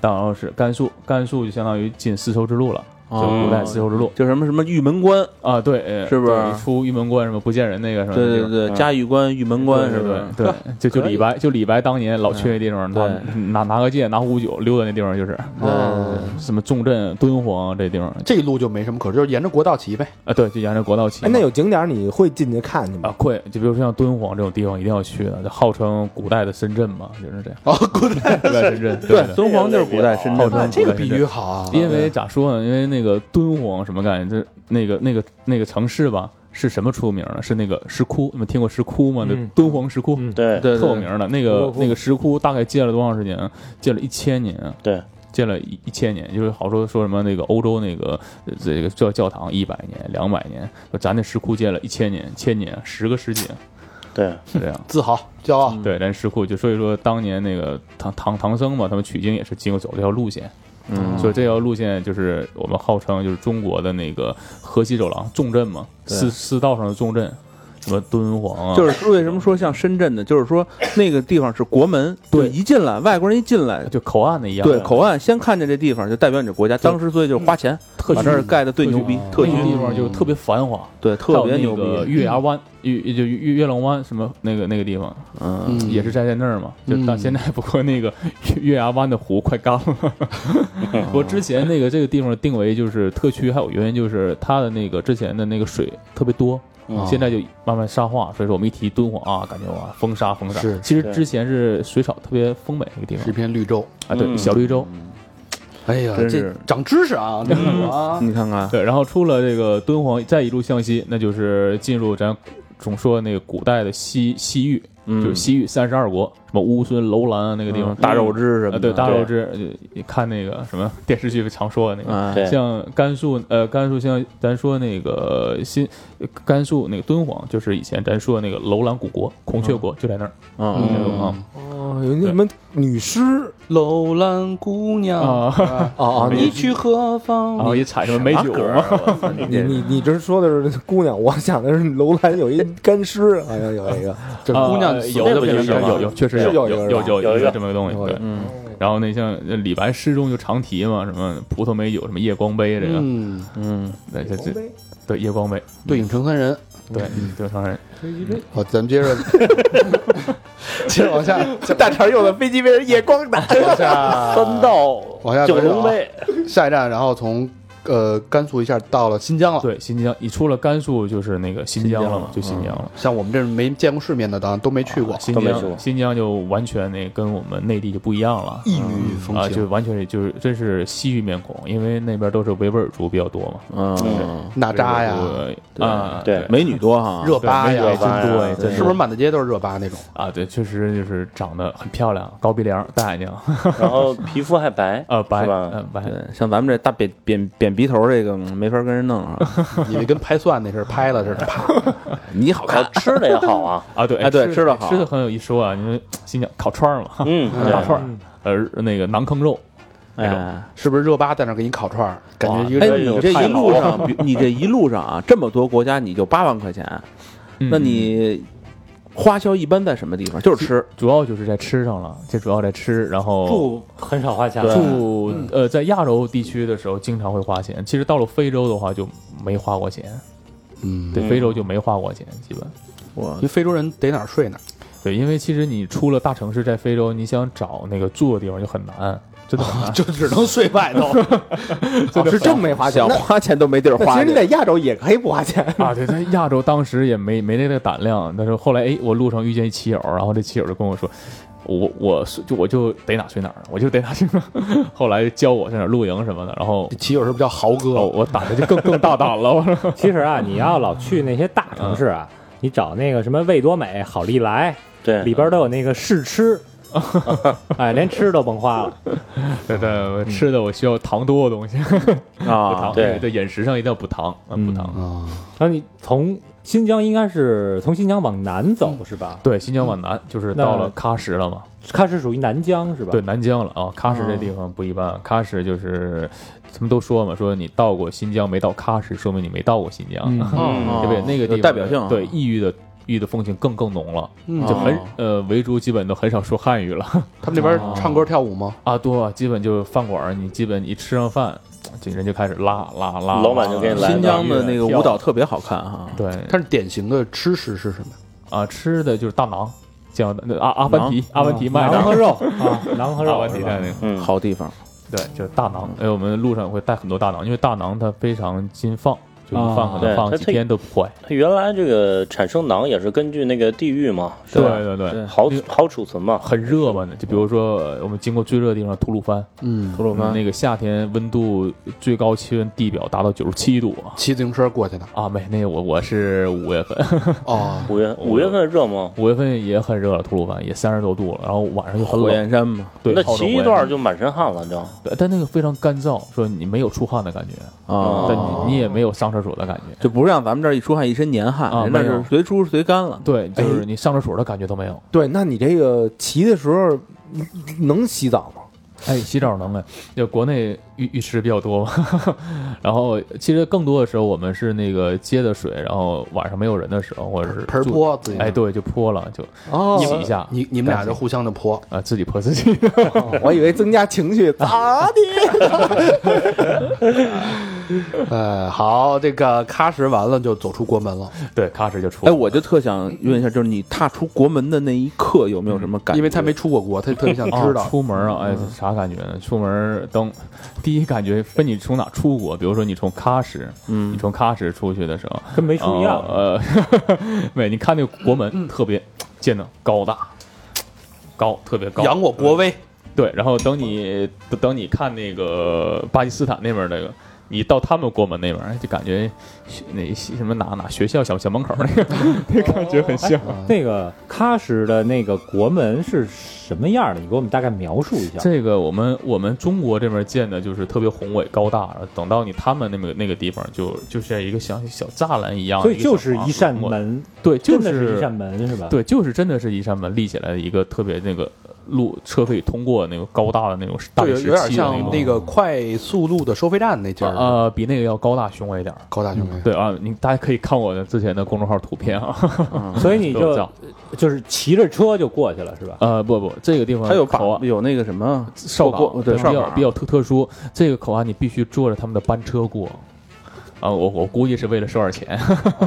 然后是甘肃，甘肃就相当于进丝绸之路了，就古代丝绸之路。
就什么什么玉门关，
啊，对，呃
是不是
对出玉门关什么不见人那个什么？
对对对，嘉峪关、玉门关是不是？
对，就就
可以
李白，就李白当年老去那地方，拿
对
拿拿个剑，拿壶酒溜达那地方就是，
哦，
什么重镇、敦煌这地方
这一路就没什么可，就是沿着国道骑呗。
啊，对，就沿着国道骑
哎
嘛。，
那有景点儿你会进去看去吗
啊？，会，就比如说像敦煌这种地方一定要去的，就号称古代的深圳嘛，就是这样。
哦，古代
古代深圳，对，
敦煌就是古代深圳
号。称
这
古
个
代
比
深圳
喻好啊，
因为咋说呢？因为那个敦煌什么概念？就是那个那个那个城市吧，是什么出名呢？是那个石窟，你们听过石窟吗？那
嗯
敦煌石窟，
嗯
对
对，
特有名的那
我
个
我
那个石窟，大概建了多长时间啊？建了一千年啊，
对，
建了一一千年，就是好多说什么那个欧洲那个呃这个教教堂一百年、两百年，就咱那石窟建了一千年、千年，十个世纪
对，
是这 样。
自豪骄傲。
对，咱石窟就所以说当年那个唐唐唐僧嘛，他们取经也是经过走这条路线。
嗯
所以这条路线就是我们号称就是中国的那个河西走廊重镇嘛，四四道上的重镇，什么敦煌啊，
就是为什么说像深圳的，就是说那个地方是国门，对，一进来外国人一进来，
就口岸那一样，
对，口岸先看见这地方就代表你这国家，当时所以就是花钱
特
把
区
这儿盖的最牛逼，特
那
区
个地方就特别繁华，
对，特别牛
还有那个
逼，
月牙湾，月就月月龙湾什么那个那个地方，
嗯，
嗯
也是在在那儿嘛。就到
嗯
现在，不过那个月牙湾的湖快干了。 我之前那个这个地方定为就是特区，还有原因就是它的那个之前的那个水特别多，
嗯
现在就慢慢沙化，所以说我们一提敦煌啊，感觉哇风沙风沙。
是
其实
对
之前是水草特别丰美的一个地
是一
方
片绿洲。
啊，对，
嗯
小绿洲。
哎呀，
真
这
是
长知识啊，这个啊，
你看 看，
对，然后出了这个敦煌，再一路向西，那就是进入咱总说那个古代的西西域，
嗯
就是西域三十二国，什么乌孙、楼兰啊那个地方，
嗯啊大肉汁什
呃
么的，
对大肉汁，呃你看那个什么电视剧常说的那个，
哎，
对，
像甘肃呃甘肃像咱说那个新甘肃那个敦煌，就是以前咱说的那个楼兰古国孔雀国就在那儿
嗯，
那种啊
哦，有那什么女尸
楼兰姑娘，
啊，
哦哦，
你
你
去何方？
然后也产什么美酒嘛，
你你你这说的是姑娘，我想的是楼兰有一干尸，好像有一个，这
啊
姑娘
呃
那
有
不就是
有
吗
有有，确实
是
有有
有一个是吧
有
有一个
这么个东西，
有一
对
个，
嗯
然后那像呃李白诗中就常提嘛，什么葡萄美酒，什么夜光杯，这个，
嗯，
嗯，
对这这对夜光杯，
对影成三人。
对对常人，
好，咱们接 着接着往下
大肠用的飞机杯是夜光的，
往下
三 道
往下
九
走
龙
啊
杯，
下一站，然后从呃甘肃一下到了新疆了。
对新疆，你出了甘肃就是那个新疆了嘛，就新疆了。
像我们这没见过世面的，当然都没去过
啊。新
都没去过
疆新疆就完全那跟我们内地就不一样了。
异域风
啊，就
情，
完全是就是真是西域面孔，因为那边都是维吾尔族比较多嘛，
嗯，
啊
纳扎呀，
呀啊，
对
美女多哈，
热巴呀
对，
热巴
真多
呀
哎，真
是不是满大街都是热巴那种？
啊，对，确实就是长得很漂亮，高鼻梁、大眼睛，
然后皮肤还白
呃，白，
是吧
呃，白，
对，像咱们这大扁扁扁鼻头这个嗯没法跟人弄啊，
以为跟拍蒜那似的，拍了似的，啪！
你好
然
看
后，吃的也好啊，
啊，对，
哎对吃的
的
好
吃的很有一说啊，你说新疆烤串儿嘛，
嗯，
烤
对，
串儿，呃，那个馕坑肉，
哎。
是不是热巴在那儿给你烤串儿？感觉一个
哎，
人
你这一路上，比你这一路上啊，这么多国家，你就八万块钱，
嗯
那你花销一般在什么地方？就是吃，
主要就是在吃上了，这主要在吃，然后
住很少花钱，嗯
住呃，在亚洲地区的时候经常会花钱，其实到了非洲的话就没花过钱，
嗯，
对，非洲就没花过钱，基本。
我
因为非洲人逮哪儿睡哪儿，
对，因为其实你出了大城市，在非洲，你想找那个住的地方就很难，真的很难。
就只能睡外头。
哦是真没花钱
想。
那
花钱都没地儿
那其
花
实你
去。
在亚洲也可以不花钱，
啊，对，在亚洲当时也没没那个胆量，但是后来哎，我路上遇见一骑友，然后这骑友就跟我说，我我就我就逮哪睡哪儿，我就逮哪睡哪儿。 后来教我在哪儿露营什么的，然后
这骑友是不是叫豪
哦，
哥？
我胆子就更更大胆了。我说
其实啊，你要老去那些大城市
嗯
啊，你找那个什么味多美、好利来，里
对，
边都有那个试吃，哎，连吃都甭花了。
对对，吃的我需要糖多的东西
嗯
啊糖
对
对，饮食上一定要补糖，啊补糖。
然后你从新疆应该是从新疆往南走
嗯
是吧？
对，新疆往南就是
那
到了喀什了嘛。
喀什属于南疆是吧？
对，，南疆了啊，喀什这地方不一般。喀什就是，他们都说嘛，说你到过新疆没到喀什，说明你没到过新疆，
嗯
对
哦
不对？那个地方
有代表性啊
对异域的异域的风情更更浓了，
嗯
就很
哦
呃维族基本都很少说汉语了
他们那边唱歌跳舞吗？
啊，多啊基本就饭馆儿，你基本一吃上饭，这人就开始拉拉拉，
老板就给你来
新疆的那个
跳
舞蹈特别好看哈，
对
它是典型的吃食是什么？
啊，吃的就是大馕，叫那阿阿凡提阿凡提卖
馕
的
和肉啊，馕和
阿
肉
凡提
是
卖那
吧
个。
嗯，
好地方。
对，就是大馕。哎，我们路上会带很多大馕，因为大馕它非常禁放，就一放可能
哦对
放
它
几
这
天都不坏。
它原来这个产生馕也是根据那个地域嘛，是
对
吧？
对对，
好好储存嘛，
很热嘛，就比如说呃我们经过最热的地方吐鲁番，
嗯，
吐鲁番那个夏天温度最高气温地表达到九十七度啊。
骑自行车过去的。
啊，没，那我我是五月份，
哦，
五月五月份热吗？
五月份也很热了，吐鲁番也三十多度了，然后晚上就很
火
冷，
焰山嘛，
对，
那
好冷
骑
火
一
焰
段就满身汗了，就
对但那个非常干燥，说你没有出汗的感觉，
啊，
但你你也没有上厕所的感觉，
就不像咱们这儿一出汗一身年汗
啊，
人那
没
是
有
随出随干了。
对，就是你上厕所的感觉都没有。
对，那你这个骑的时候能洗澡吗？
哎，洗澡能哎，就国内浴浴池比较多嘛， 然后其实更多的时候我们是那个接的水，然后晚上没有人的时候，或者是
盆儿
住，
泼自己。
哎，，对，就泼了，就
哦
洗一下，
你你们俩就互相的泼。
啊自己泼自己，
我以为增加情绪，咋的？
呃，好，这个喀什完了就走出国门了，
对，咔哧就出
哎，
来。
我就特想问一下，就是你踏出国门的那一刻有没有什么感觉？
因为
嗯
他没出过国，他特别想
啊
知道。
出门啊，哎，啥感觉呢？出门等，第一感觉分你从哪出国，比如说你从喀什，嗯，你从喀什出去的时候，
跟没出一样。
呃，呃 没，你看那个国门特别建的高大，高，特别高，
扬我国威，
对，然后等你等等你看那个巴基斯坦那边那个，你到他们国门那边儿哎就感觉那什么哪哪学校小小门口儿那个 那感觉很像。
那个喀什的那个国门是什么样的？你给我们大概描述一下。
这个我们我们中国这边建的就是特别宏伟高大，然后等到你他们那个那个地方就就是一个像小栅栏一样，
所以就是
一个
一
小
扇
房子，
门，
对，就
真的一扇门是吧？，
对，就是真的是一扇门立起来的一个特别那个路车可以通过那个高大的那种大
对，
理
有
石
有点
砌的
像
那种。
那个快速路的收费站那劲儿，
呃，比那个要高大雄伟一点儿。
高大兄弟，
对啊，你大家可以看我的之前的公众号图片啊。
所以你
都有
就
叫
就是骑着车就过去了是吧？
呃，不不，这个地方
它有
口
把
岸
有那个什么
哨
过
岗，
过对
比
哨
较
岗
比较特特殊。这个口岸你必须坐着他们的班车过。啊，我我估计是为了收点钱。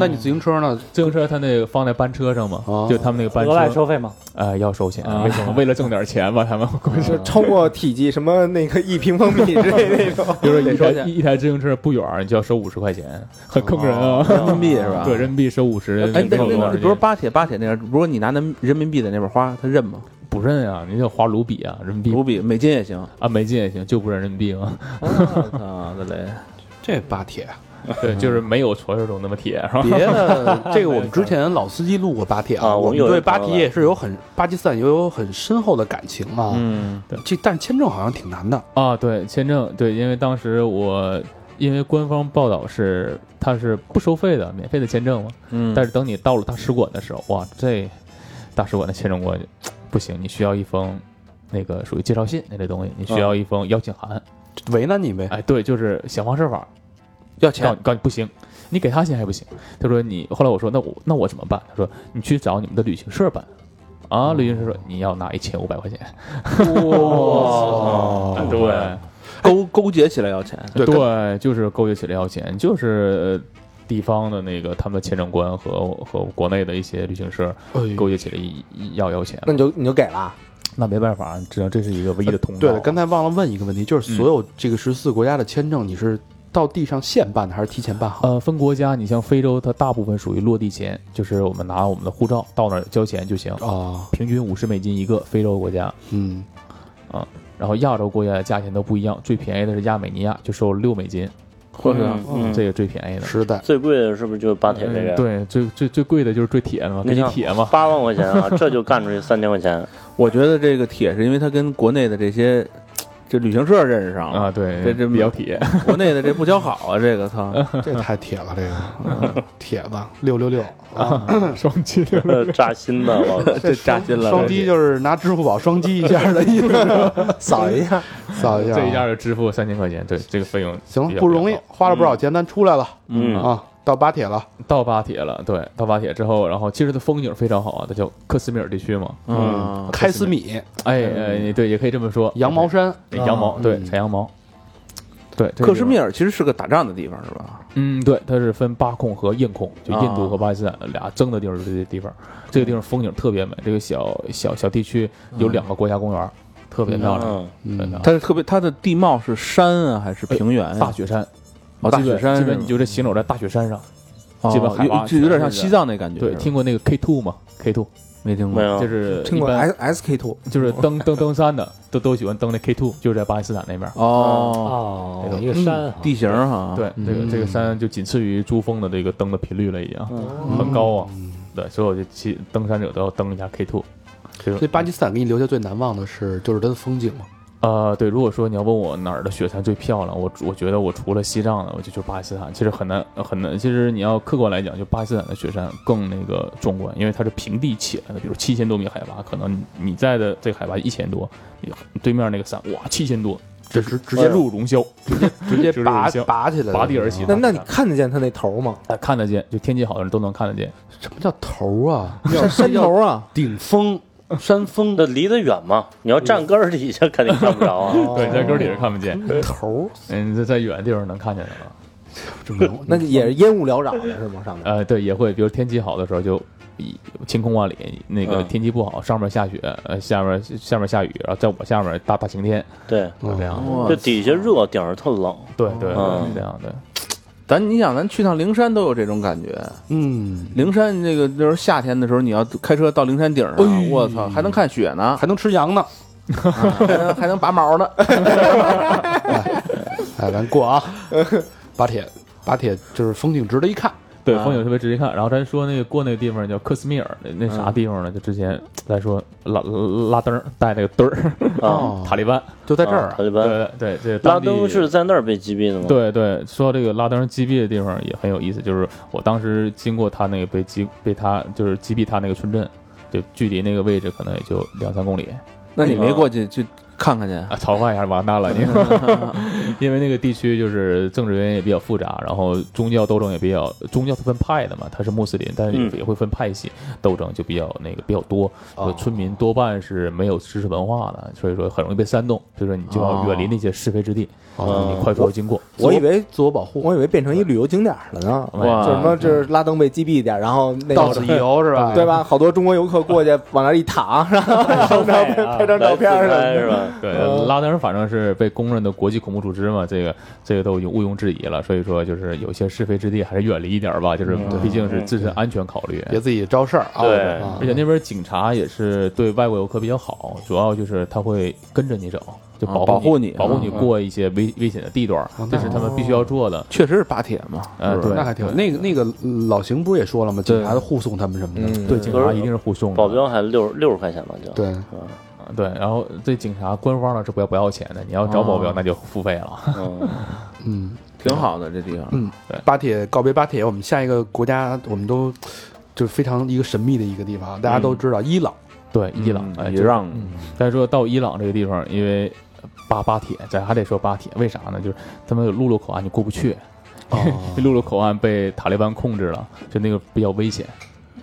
那你自行车呢？
自行车它那个放在班车上嘛，
哦
就他们那个班
额外
车，
收费吗？
呃，要收钱。
啊
为什么？为了挣点钱吧，他 们估计。
就是超过体积什么那个一平方米之类那种，
比如说一台一台自行车不远儿，你就要收五十块钱，很坑人啊。
哦人民币是吧？
对，人民币收五十，
哎，那
那
那比如巴铁巴铁那样，如果你拿人人民币在那边花，他认吗？
不认啊，你得花卢比啊，人民币
卢比、美金也行。
啊，美金也行，就不认人民币嘛。
啊，的嘞！
这巴铁，啊
对，就是没有传说中那么铁，是吧？
别的这个我们之前老司机录过巴铁
啊我
我
们
们
有
对
人
巴
聊
铁
了
也是有很巴基斯坦也有很深厚的感情啊。
嗯，
这但签证好像挺难的，
啊，对，签证，对，因为当时我。因为官方报道是它是不收费的，免费的签证嘛。
嗯
但是等你到了大使馆的时候，哇，这大使馆的签证过去不行，你需要一封那个属于介绍信那类东西，你需要一封邀请函。
为难你呗。
哎，对，就是想方设法
要
告
钱
你告你不行，你给他钱还不行。他说你，后来我说那我那我怎么办？他说你去找你们的旅行社办。啊，旅行社说你要拿一千五百块钱。哇、 对
勾勾结起来要钱。
对就是勾结起来要钱，就是。呃地方的那个他们的签证官和和国内的一些旅行社
哎
勾结起来一一要要钱，
那你就你就给了，
那没办法，只能这是一个唯一的通道。
呃对了，刚才忘了问一个问题，就是
嗯
所有这个十四国家的签证，你是到地上现办的还是提前办好？
呃，分国家，你像非洲，它大部分属于落地钱，就是我们拿我们的护照到那儿交钱就行，
哦，
平均五十美金一个。非洲国家，
嗯，
然后亚洲国家的价钱都不一样，最便宜的是亚美尼亚，就收六美金，
嚯
嗯嗯
这个最便宜的。
实在。
最贵的是不是就是巴铁这个？
啊嗯，对，最最最贵的就是最铁的嘛，
那
给你
像
铁嘛。
八万块钱啊，这就干出去三千块 钱。
我觉得这个铁是因为他跟国内的这些这旅行社认识上
啊，
了，
对，
这这
比较铁。
国内的这不交好啊，这个操，
嗯
这太铁了，这个、嗯 铁子六六六，
双击
啊
呃扎心的， 我
这扎心了。
双击就是拿支付宝双击一下的意思，
扫一下，
扫一下啊。
这一下就支付三千块钱，对，这个费用
行
比
了，
较
不容易
高，
花了不少钱，咱出来了、
嗯
啊，到巴铁了。
到巴铁了，对，到巴铁之后，然后其实它风景非常好啊，它叫克什米尔地区嘛，
嗯，
开司米、
哎，哎，对，也可以这么说，
羊毛衫，
对，羊毛，对，
嗯
产羊毛，对，这个
嗯克什
地方
米尔其实是个打仗的地方，是吧？
嗯，对，它是分巴控和印控，就
啊
印度和巴基斯坦俩争的地儿，这些地方，这个地方风景特别美，这个小小小地区有两个国家公园，特别漂亮，
嗯，
真的。
它是特别，它的地貌是山啊，还是平原
呃大
呀？
雪山，基
哦大雪
本
山
基
是
本
吗
你就是行走在大雪山上。
哦
基本海拔
有就有点像西藏那感觉。
对，
是吧
听过那个 K two 吗？K two
没哦听
没
过？
有，
就是
听
一
过
般
S S K two，
就是登登登山的，都都喜欢登那 K two，就是在巴基斯坦那边。嗯
哦，
哦，一个山哈
地形哈，
啊
啊
对，这个这个山就仅次于珠峰的这个登的频率了，已经
哦
很高啊。对，所以我就去登山者都要登一下 K two。
所以巴基斯坦给你留下最难忘的是，就是它的风景嘛。
呃，对，如果说你要问我哪儿的雪山最漂亮，我我觉得我除了西藏的，我就就巴基斯坦。其实很难呃很难，其实你要客观来讲，就巴基斯坦的雪山更那个壮观，因为它是平地起来的，比如七千多米海拔，可能你你在的这个海拔一千多，你对面那个山哇七千多，
直直直
直接入龙啸，
哎直接
直入
拔
龙啸，
拔起来，
拔地而起。
那那你看得见他那头吗？
那看得见，就天气好的人都能看得见。
什么叫头啊？
山山头啊，
顶峰、山峰
那离得远嘛，你要站根儿底下肯定看不着啊。
对，在根儿里是看不见，
头，
嗯，在在远的地方能看见的了。
这么
那也是烟雾缭绕的是吗？上面
呃，对，也会，比如天气好的时候就一晴空万里，那个
嗯
天气不好，上面下雪，呃，下面下面下雨，然后在我下面大大晴天，
对，
嗯
就这
啊
样。
哇
这底下热，顶上特冷。
对对
嗯
对，是这样的。
咱你想，咱去趟灵山都有这种感觉。
嗯，
灵山这个就是夏天的时候，你要开车到灵山顶上，我操，哎还能看雪呢， 哎
还能吃羊呢。
还能还能拔毛呢。
哎，咱过啊，巴铁，巴铁就是风景值得一看，
对，
嗯
风景特别值得看。然后咱说那个过那个地方叫克斯米尔，那那
嗯
啥地方呢？就之前咱说拉拉登带那个墩儿，
啊，
塔利班，
就在这儿
啊
啊
塔。利班，
对对，这
啊
哦
拉
当地
登是在那儿被击毙的吗？，
对对，说到这个拉登击毙的地方也很有意思，就是我当时经过他那个被击被他就是击毙他那个村镇，就距离那个位置可能也就两三公里
那你没过去去看看去？
啊， 曹化一下完蛋 了，你因为那个地区就是政治原因也比较复杂，然后宗教斗争也比较，宗教它分派的嘛，它是穆斯林，但是也
嗯哦
也会分派系斗争，就比较那个比较多，就村民多半是没有知识文化的，所以说很容易被煽动，所以说你就要远离那些是非之地，
哦
你快速地经过。
我以为
自我保护，
我以为变成一旅游景点儿了呢，
哇
就什么就是拉登被击毙一点，然后那个
到此一游是啊吧？
对吧？好多中国游客过去往那儿一躺，然后然后拍
啊
拍张照片儿什么的。
是吧？
对，拉登反正是被公认的国际恐怖组织嘛，这个这个都已经毋庸置疑了。所以说，就是有些是非之地还是远离一点儿吧，就是毕竟是自身安全考虑。
别自己招事儿啊！
对
啊
而且那边警察也是对外国游客比较好，主要就是他会跟着你走，就
啊
保
保护你
你，保护
嗯
过一些危危险的地段儿，这是他们必须要做的。
确实是巴铁嘛，
呃，
是吧
对，
那还挺那个那个老邢不是也说了吗？警察护送他们什么的，
对警察一定是护送的，
保镖还六六十块钱吧，就
对，
对。然后这警察官方呢是不要不要钱的，你要找保镖那就付费了。
嗯，
嗯，
挺好的这地方。
嗯，巴铁告别巴铁，我们下一个国家我们都就是非常一个神秘的一个地方，大家都知道伊朗。
对，伊朗，哎
嗯，伊
就是
朗，
再说到伊朗这个地方，因为巴巴铁，咱还得说巴铁，为啥呢？就是他们有陆路口岸，你过不去。
啊
这陆路口岸被塔利班控制了，就那个比较危险，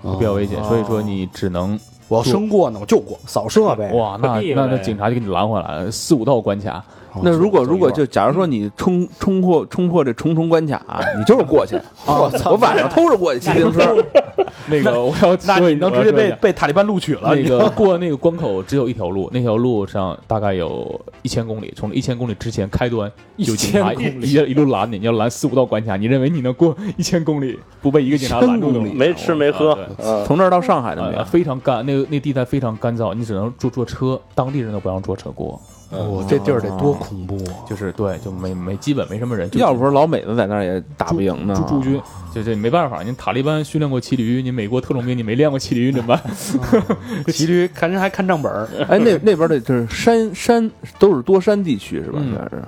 比较危险，所以说你只能
我要生过呢，我就过。
扫射呗，
哇，那
可以
那
呗
那警察就给你拦回来了，四五道关卡。
那如果
走
如果
一会
就假如说你冲冲破冲破这重重 关卡，你就是过去，啊我操，我晚上偷着过去骑自行车，
那 个我要所以我要说一下
被塔利班录取
那个 过那个关口只有一条路，那条路上大概有一千公里，从一千公里之前开端有警察一一一路拦你，你要拦四五道关卡，你认为你能过一千公里不被一个警察拦住的吗？
没吃没喝
啊，对
嗯，
从这儿到上海都没
呃，
有。
非常干，那个那地带非常干燥，你只能坐坐车，当地人都不让坐车过，
我这地儿得多恐怖啊！
就是对，就没没基本没什么人，就
要不是老美子在那儿也打不赢呢。
驻驻军，就这没办法，您塔利班训练过骑驴，你美国特种兵你没练过骑驴，你怎么办？
骑驴看人还看账本儿，
哎，那那边的就是山山都是多山地区是吧？
嗯
应该是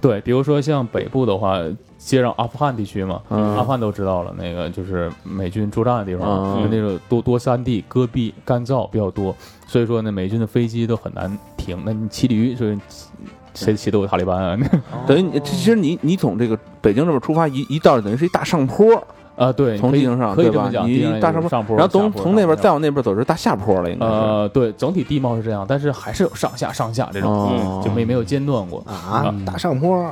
对，比如说像北部的话，接壤阿富汗地区嘛，
嗯
阿富汗都知道了，那个就是美军作战的地方，
嗯
就那种多多山地、戈壁、干燥比较多，所以说呢，美军的飞机都很难停。那你骑驴，所以谁骑都有塔利班啊？
等于你其实你你从这个北京这边出发一一道等于是一大上坡，
啊，对，
从
可以
地形上
可以
对
这
吧
么？讲，
你
地上有
一大上坡，
上坡，
然后从
下坡
从那边
上坡
再往那边走是大下坡了，应该是。
呃，对，整体地貌是这样，但是还是有上下上下这种，
哦
嗯就没没有间断过。
啊，打上坡，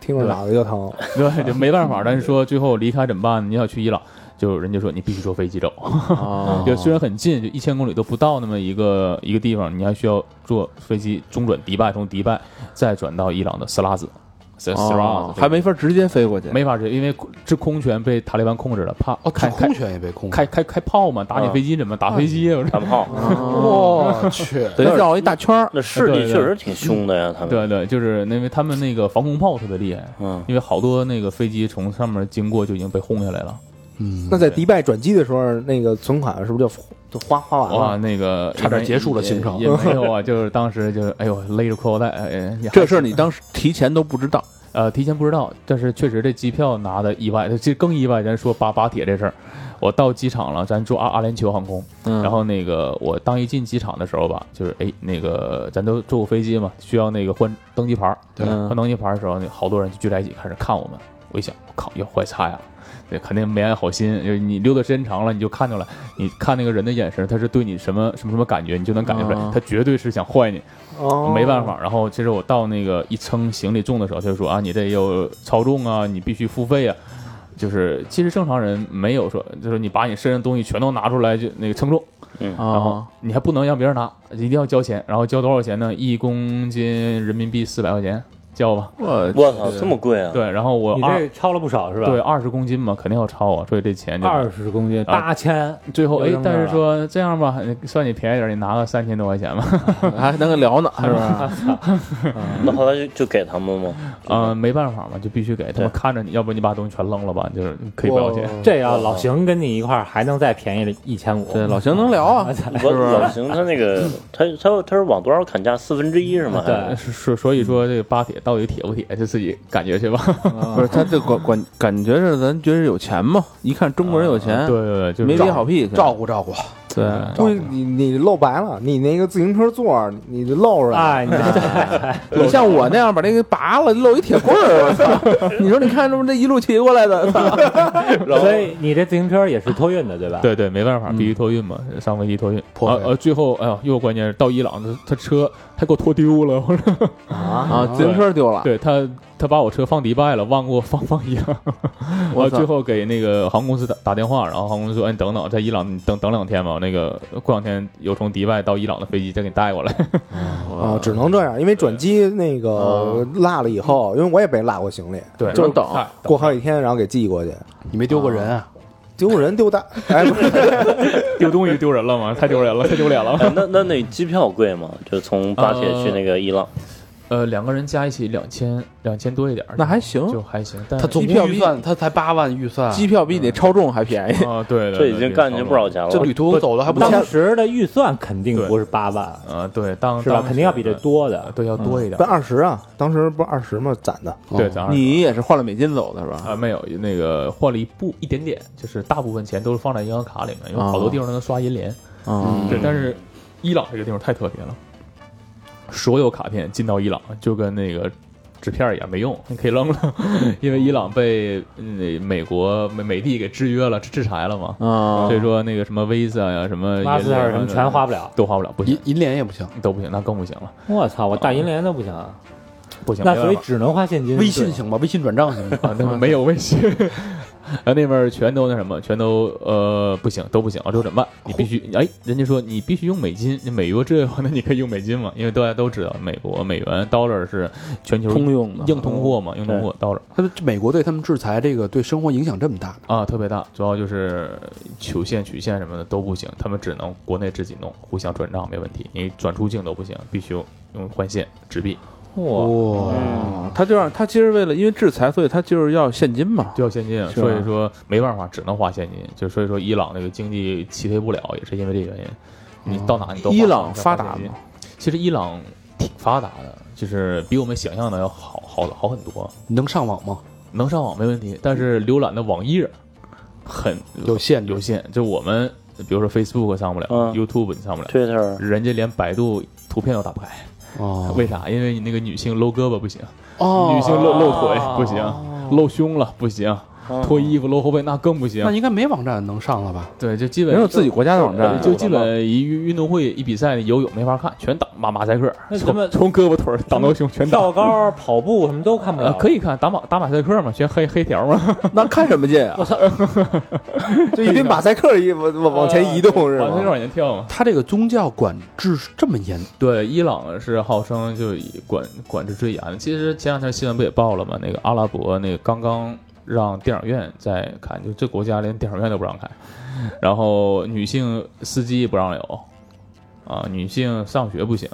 听着脑袋就疼。
对，就没办法。但是说最后离开怎么办呢？你要去伊朗，就人家说你必须坐飞机走。
哦
就虽然很近，就一千公里都不到那么一个一个地方，你还需要坐飞机中转迪拜，从迪拜再转到伊朗的斯拉子，斯斯拉
哦
子这个
还没法直接飞过去，
没法去，因为制空权被塔利班控制了，怕
哦，
开
看
开
空权也被控制。
开开开炮嘛，
嗯
打你飞机怎么打飞机？我说
大炮，
啊
哦
我去，
等于绕了一 大圈儿。
那势
对对
力确实挺凶的呀，
啊
他们，
对对，就是因为他们那个防空炮特别厉害，
嗯，
因为好多那个飞机从上面经过就已经被轰下来了。
嗯，
那在迪拜转机的时候，那个存款是不是就就花花完
哇，
了？
那个
差点
也
结束了行程
也也没有啊，就是当时就是哎呦勒着裤腰带，哎，也还
这事儿你当时提前都不知道，
呃提前不知道，但是确实这机票拿的意外，这更意外。咱说巴巴铁这事儿，我到机场了，咱坐阿阿联酋航空，
嗯
然后那个我当一进机场的时候吧，就是哎那个咱都坐过飞机嘛，需要那个换登机牌儿，
对
换登机牌儿的时候，那好多人就聚在一起开始看我们，我一想，我靠，要坏差呀。对，肯定没安好心。就是你溜达时间长了，你就看出来，你看那个人的眼神，他是对你什么什么什么感觉，你就能感觉出来，
啊
他绝对是想坏你。
哦，
没办法。然后其实我到那个一称行李重的时候，他就说啊，你这有超重啊，你必须付费啊。就是其实正常人没有说，就是你把你身上东西全都拿出来就那个称重，然后
啊，
你还不能让别人拿，一定要交钱。然后交多少钱呢？一公斤人民币四百块钱。交吧。
我
我操，这么贵啊！
对，然后我
你
二
这超了不少是吧？
对，二十公斤嘛，肯定要超我，所以这钱就
二十公斤
啊
八千，
最后
又
哎
扔，
但
这儿
是
了
说这样吧，你算你便宜点，你拿个三千多块钱吧。
还能跟 聊呢，是吧？
那后来就就给他们吗？
嗯，没办法嘛，就必须给他们看着你，要不你把东西全扔了吧，就是可以不要钱。
这要老邢跟你一块儿还能再便宜一千五。
对，老邢能 聊啊，是
我
不
老
是？
邢他那个他他他是往多少砍价？四分之一是吗？还是
对，
是是，所以
嗯
说这个巴铁到底铁不铁，就自己感觉去吧。
啊不是他这管管感觉是咱觉得有钱嘛，一看中国人有钱，
啊对对对，就
嗯没
找
憋好嗯屁，
照顾照顾，
对，
不是哦你你露白了，你那个自行车座儿你就露出
啊
来 了，
哎，你
你像我那样把那个拔了，露一铁棍儿，我操！你说你看这不这一路骑过来的，
这所以你这自行车也是托运的对吧？，
对对，没办法，必
嗯
须托运嘛，上飞机托运。啊呃，最后哎呀，又关键是到伊朗，他他车他给我拖丢了，我说
啊，自行车丢了，
对他他把我车放迪拜了，忘给我放放伊朗。
我
我
操
最后给那个航空公司打打电话，然后航空公司说：“哎，你等等，在伊朗你等等两天吧，那个过两天有从迪拜到伊朗的飞机再给你带过来。
啊，只能这样，因为转机那个落了以后，因为我也被落过行李，”
对，
就是
然
等
后哎
过好几天然后给寄过去，
你没丢过人啊？
丢人丢蛋，哎，不是
丢东西丢人了吗？太丢人了，太丢脸了。
哎那那那机票贵吗？就从
啊
巴铁去那个伊朗，
呃，两个人加一起两千两千多一点儿，
那还行，
就还行。但
他总
机票
共预算他才八万预算，
机票比你超重还便 宜。
啊，对对，
这已经干进去不少钱了。
这旅途走的还不
当
错。
时的预算肯定不是八万，
啊，对，当
是吧？肯定要比这，多
当时
的。
对，要多一点
不。二十啊， 当时不是二十吗？攒的，
嗯
对，咱
你也是换了美金走的是吧？
啊，没有那个换了一部一点点，就是大部分钱都是放在银行卡里面，因为
哦
好多地方都能刷银联。
嗯
啊，
嗯对，但是伊朗这个地方太特别了，所有卡片进到伊朗就跟那个纸片儿一样没用，你可以扔了， 因为伊朗被嗯美国美美帝给制约了、制制裁了嘛，
哦
啊
所以说那个什么 Visa 呀、什么啊
马斯特什么全花不了。
都花不了，不
银
行，
银联也不行，
都不行，那更不行了，
我操，我大银联都不行啊，
不行，
那
没
所以
办法
只能花现金。
微信行吧？微信转账行
啊，那
吗？
没有微信。然后啊那边全都那什么，全都呃不行，都不行。澳洲怎么办？你必须哎，人家说你必须用美金，你美国这那你可以用美金嘛，因为大家都知道美国美元 dollar 是全球
通用的
硬通哦货嘛，硬通货 dollar
他们美国对他们制裁这个对生活影响这么大，
啊特别大，主要就是球线曲线什么的都不行，他们只能国内自己弄，互相转账没问题，你转出境都不行，必须用换现纸币，
哇，
哦他就让他其实为了因为制裁，所以他就是要现金嘛。
就要现金啊，
是吧
所以说没办法，只能花现金。就所以说，伊朗那个经济起飞不了，也是因为这原因。你到哪你都花
哦伊朗
花
发达
现金
吗？
其实伊朗挺发达的，就是比我们想象的要好好好很多，
你能上网吗？
能上网没问题，但是浏览的网页很
有限
有限。就我们比如说 Facebook 上不了、
嗯
y o u t u b e 你上不了，
Twitter
人家连百度图片都打不开，
哦
为啥？因为你那个女性搂胳膊不行，
哦，
女性露露腿
哦
不行，露胸了不行，脱衣服露后背那更不行
那。应该没网站能上了吧？
对，就基本
没有自己国家的网站，
就基本一运运动会一比赛游泳没法看，全挡马马赛克，
那咱们
从从胳膊腿儿挡到胸全挡。
跳高、跑步什么都看不
呃
了。，
可以看打马打马赛克嘛，全黑黑条嘛，
那看什么劲啊？
就一堆马赛克一往往往前移动是
马赛克
吗？
往前跳嘛。
他呃这个宗教管制是这么严，
对，伊朗是号称就以管管制最严的。其实前两天新闻不也报了吗？那个阿拉伯那个刚刚让电影院在看，就这国家连电影院都不让开，然后女性司机不让有，啊，女性上学不行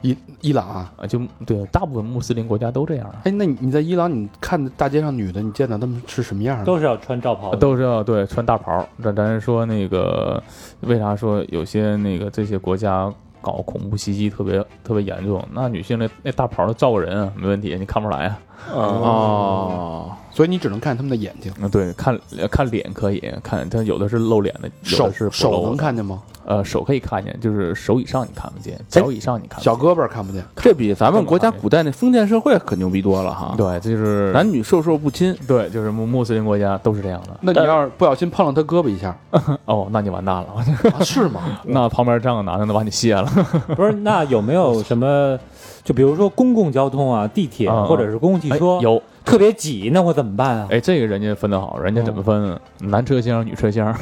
伊伊朗啊。
啊，就对，大部分穆斯林国家都这样啊。
哎，那你你在伊朗，你看大街上女的，你见到她们是什么样的？
都是要穿罩袍的。
啊都是要对穿大袍儿。咱咱说那个，为啥说有些那个这些国家搞恐怖袭击特别特别严重？那女性那那大袍儿照个人啊，没问题，你看不出来啊。
啊，
哦，
所以你只能看她们的眼睛，
嗯，对，看看脸可以看，但有的是露脸的，有
手
的是不
手
露
能
的。
看见吗？
呃，手可以看见，就是手以上你看不见，脚以上你看不见。
小胳膊看不见，
这比咱们国家古代那封建社会可牛逼多了哈。
啊对，这就是
男女授受不亲，
对，就是穆穆斯林国家都是这样的。
那你要是不小心碰了她胳膊一下，
哦，那你完蛋了，
啊是吗？
那旁边站个男的能把你卸了。
不是，那有没有什么？就比如说公共交通啊，地铁
嗯嗯
或者是公共汽
哎
车，
有
特别挤，那我怎么办啊？
哎，这个人家分的好，人家怎么分
哦
呢？男车厢、女车厢。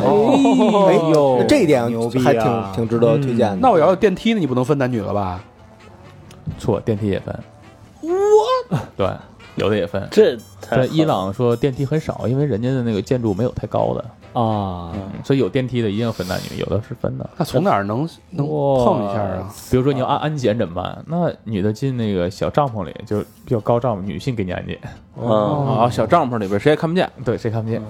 哎呦
这一点
牛逼啊
还挺挺值得推荐的。
那我要有电梯呢，你不能分男女了吧？
错，电梯也分。 对，有的也分。
这太
在伊
狠了
朗说电梯很少，因为人家的那个建筑没有太高的，
啊，
嗯所以有电梯的一定要分男女，有的是分的。
那从哪儿能能
哇
碰一下啊？
比如说你要安安检怎么办？那女的进那个小帐篷里，就是比较高帐篷，女性给你安检，哦
嗯，
啊，小帐篷里边谁也看不见。
对，谁看不见？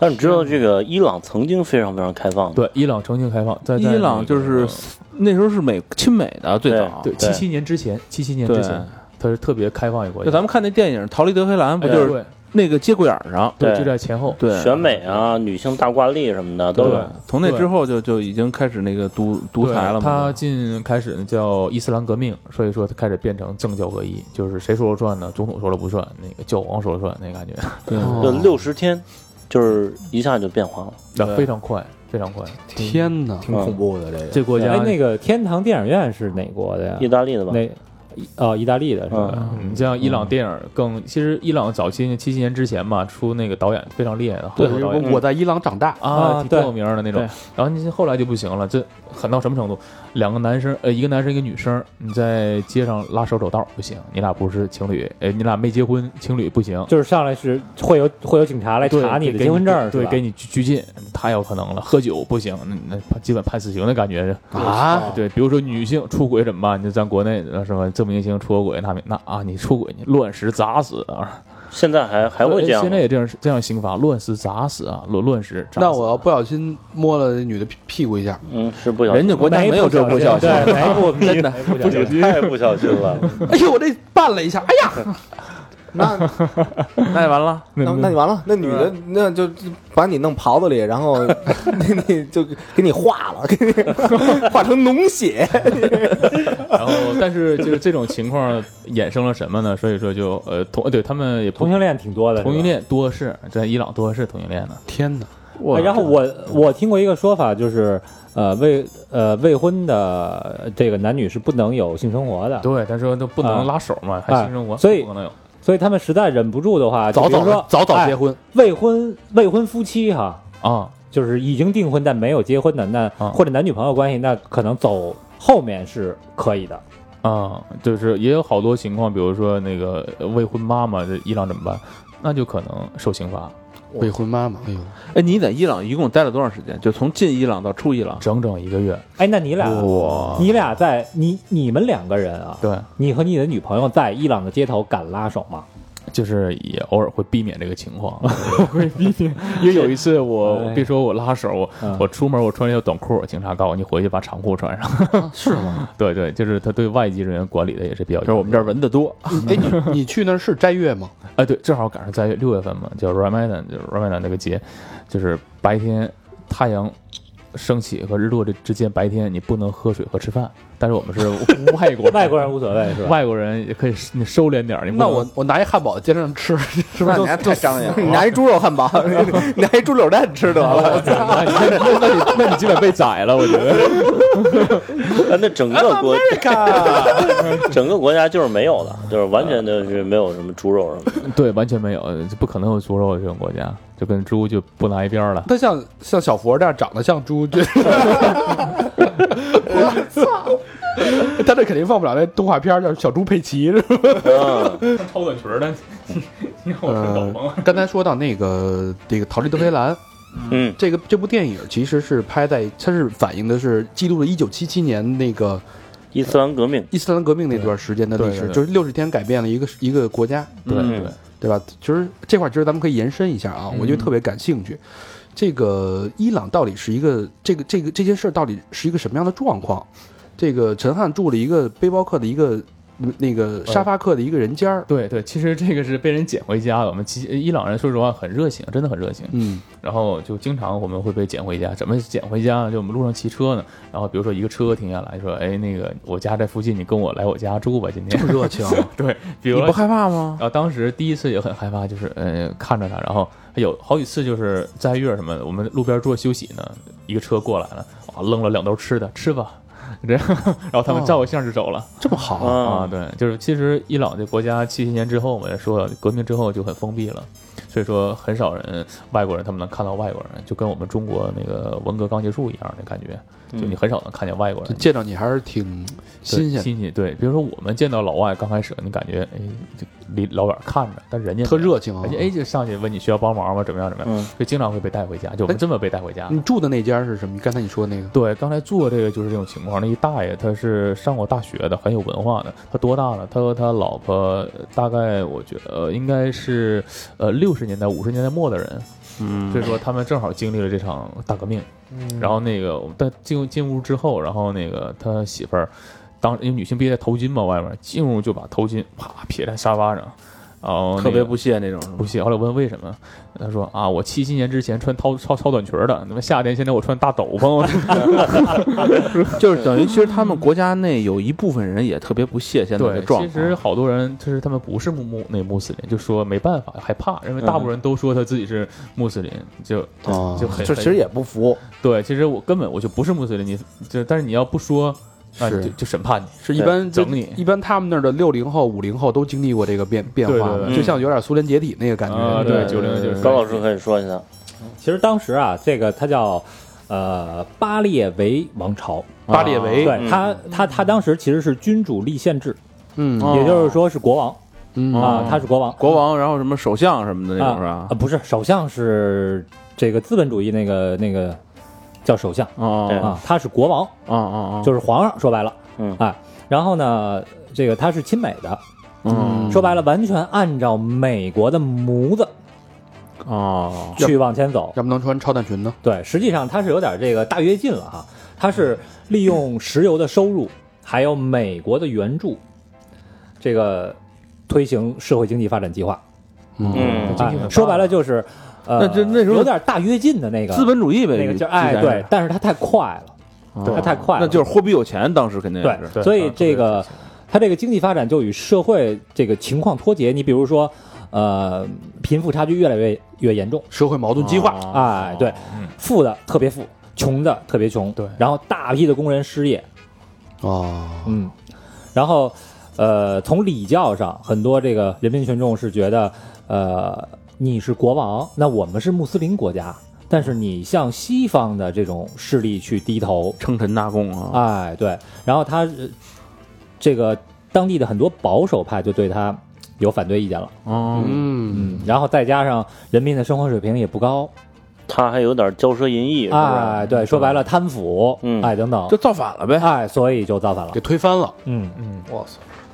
但你知道这个伊朗曾经非常非常开放的，
对，伊朗重新开放，在
伊朗就是那时候是美亲美的最早，
对七七年之前，七七年之前，它是特别开放一个国家。
就咱们看那电影《逃离德黑兰》，不
哎
就是
对
那个节骨眼儿上？
对，
对
就在前后，
对，
选美啊、女性大挂历什么的都有。
从那之后就就已经开始那个独独裁了
对他
嘛。
进开始呢叫伊斯兰革命，所以说他开始变成政教合一，就是谁说了算呢？总统说了不算，那个教皇说了算，那感觉，
就
哦
六十天，就是一下就变化了。
那 非常快，非常快。
天哪！
挺恐怖的这个。
这国家
哎，那个天堂电影院是哪国的呀
意？大利的吧？
那哦，意大利的是吧？
嗯，
你像伊朗电影更，嗯其实伊朗早期七七年之前嘛，出那个导演非常厉害的，好
对，
多导
我
演
我在伊朗长大，
啊，
啊
挺
对
有名的那种
对。
然后你后来就不行了，这狠到什么程度？两个男生，呃，一个男生一个女生，你在街上拉手走道不行，你俩不是情侣，呃，你俩没结婚，情侣不行，
就是上来是会有会有警察来
对
哎查你
给
的
给
结婚证儿，
对，
是
对
吧
给你拘拘禁，太有可能了。喝酒不行，那那判基本判死刑的感觉
哦
啊！
对，比如说女性出轨怎么办？你就咱国内呃什么这明星出个轨，那没那啊，你出轨你乱石砸死啊，呃
现在还还会这样
现
吗
在？也这样这样刑罚，乱石砸死啊，乱乱石砸死。
那我要不小心摸了那女的屁屁股一下，
嗯，是不小
人
心，
家国家
哪一
没有这不小心，
对，哪一部真的不小心
太不小心了。
哎呦，我这绊了一下，哎呀，
那
那就完了。
那那你完了，那女的那就就把你弄袍子里，然 后那你就给你化了，给你化成脓血。
然后，但是就是这种情况衍生了什么呢？所以说就呃同对他们也不
同性恋挺多的，是吧
同性。恋多是在伊朗多是同性恋的，
天哪！
哇
哎然后我我听过一个说法，就是呃未呃未婚的呃这个男女是不能有性生活的，
对，他说都不能
啊
拉手嘛，还
哎
性生活，
所以
不能有。
所以他们实在忍不住的话，就
早
比如
早
说
的早早结
哎
婚，
未婚未婚夫妻哈，
啊，
就是已经订婚但没有结婚的，那
啊
或者男女朋友关系，那可能走后面是可以的。
啊、就是也有好多情况，比如说那个呃未婚妈妈，这伊朗怎么办？那就可能受刑罚，
未婚妈妈，哎呦，
哎，你在伊朗一共待了多长时间？就从进伊朗到出伊朗，
整整一个月。
哎，那你俩，
哇
你俩在你你们两个人啊，
对，
你和你的女朋友在伊朗的街头敢拉手吗？
就是也偶尔会避免这个情 况，会避免。 因为有一次我，
哎
别说我拉手，我、
嗯
我出门我穿一条短裤，警察告我你回去把长裤穿上。
是吗？
对对，就是他对外籍人员管理的也是比较
就是我们这儿闻得多。
哎，你你去那儿是斋月吗？
哎，对，正好赶上在六月份嘛，叫 Ramadan，就是 Ramadan 那个节，就是白天太阳升起和日落这之间，白天你不能喝水和吃饭。但是我们是 外国人
外国人无所谓是吧？
外国人也可以你收敛点儿，你不
那
能
我我拿一汉堡在街上吃， 是不是就就
张扬，你拿一猪肉汉堡，你拿一猪柳蛋吃得了。
那 你那那你那你基本被宰了，我觉得。
啊，那整个国整个国家就是没有的，就是完全就是没有什么猪肉什么的。
对，完全没有，就不可能有猪肉这种国家，就跟猪就不拿一边儿了。
他像像小佛这样长得像猪， 就我操！他这肯定放不了那动画片儿叫《小猪佩奇》是吧？
嗯，
超短裙的，你让
呃，刚才说到那个这个《逃离德黑兰》，
嗯，
这个这部电影其实是拍在，它是反映的是记录了1977年那个
伊斯兰革命，
伊斯兰革命那段时间的历
对
史，
对对
就是六十天改变了一个一个国家，
对
嗯
对，
对吧？其实这块儿其实咱们可以延伸一下啊，
嗯
我就特别感兴趣。这个伊朗到底是一个这个这个这件事儿到底是一个什么样的状况？这个陈汉住了一个背包客的一个那个沙发客的一个人家儿，
呃对对，其实这个是被人捡回家的。我们其伊朗人说实话很热情，真的很热情。
嗯，
然后就经常我们会被捡回家，怎么捡回家呢？就我们路上骑车呢，然后比如说一个车停下来说，哎，那个我家在附近，你跟我来我家住吧，今
这
天
么。热情，
对，比
啊你
如
不害怕吗？
然后当时第一次也很害怕，就是呃看着他，然后哎有好几次就是在月什么的，我们路边坐休息呢，一个车过来了，啊扔了两兜吃的，吃吧，这样， 然后他
哦
们照个相就走了、
这么好，
啊
嗯
啊。对，就是其实伊朗这国家七七年之后，我也说了，革命之后就很封闭了，所以说很少人外国人他们能看到外国人，就跟我们中国那个文革刚结束一样的感觉，就你很少能看见外国
嗯就
人。
见到你还是挺
对
新鲜的，
新鲜，对，比如说我们见到老外，刚开始你感觉哎，这离老远看着，但人家
特，热情啊
人。家哎就上去问你需要帮忙吗？怎么样怎么样，
嗯
就经常会被带回家，
哎
就我们真的被带回家。
你住的那家是什么？刚才你说的那个
对，刚才做这个就是这种情况。那一大爷他是上过大学的，很有文化的。他多大了？他和他老婆呃大概我觉得、呃、应该是呃六十年代五十年代末的人，
嗯
所以说他们正好经历了这场大革命。然后那个我们在进入进屋之后，然后那个他媳妇儿，当因为女性必须戴头巾嘛，外面进屋就把头巾啪撇在沙发上，然后、
特别不屑 那种，
不屑。后来我问为什么，他说啊，我七七年之前穿超超超短裙儿的，那么夏天现在我穿大斗篷，
就是等于其实他们国家内有一部分人也特别不屑现在的
对，
状
其
况。
实好多人就是他们不是穆穆那穆斯林，就说没办法，害怕，因为大部分人都说他自己是穆斯林，就
啊
就很
就其实也不服，
对。其实我根本我就不是穆斯林，你就但是你要不说，那
是
就就审判你。
是一般
整你
一般他们那儿的六零后、五零后都经历过这个变变化
对对
嘛，
对
就像有点苏联解体那个感
啊
觉。
对
九
零就是
高老师可以说一下，
其实当时啊，这个它叫呃巴列维王朝，
巴列维，
啊
嗯
对他他他当时其实是君主立宪制，
嗯
哦
也就是说是国王
嗯
啊，他是国王，
国王，然后什么首相什么的那种是
啊
吧？
不是首相是这个资本主义那个那个叫首相
哦
对
哦
啊，他是国王，
哦
啊
哦，
就是皇上，说白了，
嗯
哎，然后呢，这个他是亲美的，
嗯
说白了完全按照美国的模子
啊
哦，
去往前走，
要不能穿超短裙呢？
对，实际上它是有点这个大跃进了哈、它是利用石油的收入，还有美国的援助，这个推行社会经济发展计划。
嗯
哎说白了就是，呃，
那这那时候
有点大跃进的那个
资本主义呗，
那个劲儿，哎，
之前
对，，但是它太快了，
啊
对
它太快了，
哦那就是货比有钱，当时肯定也
对
是，
所以这个它这个经济发展就与社会这个情况脱节。你比如说，呃，贫富差距越来越越严重。
社会矛盾激
啊
哦
化，
哎，对，
嗯
富的特别富，穷的特别穷，
对
然后大批的工人失业，
哦，
嗯，然后呃，从礼教上，很多这个人民群众是觉得，呃，你是国王，那我们是穆斯林国家，但是你向西方的这种势力去低头，
称臣纳贡啊，
哎，对，然后他呃这个当地的很多保守派就对他有反对意见了，
哦，
嗯，
嗯，然后再加上人民的生活水平也不高，
他还有点骄奢淫逸，是不
哎，
是？
对，说白了贪腐，
嗯
哎等等
就，造反了呗。
哎，所以就造反了
给，推翻了，
嗯，
嗯，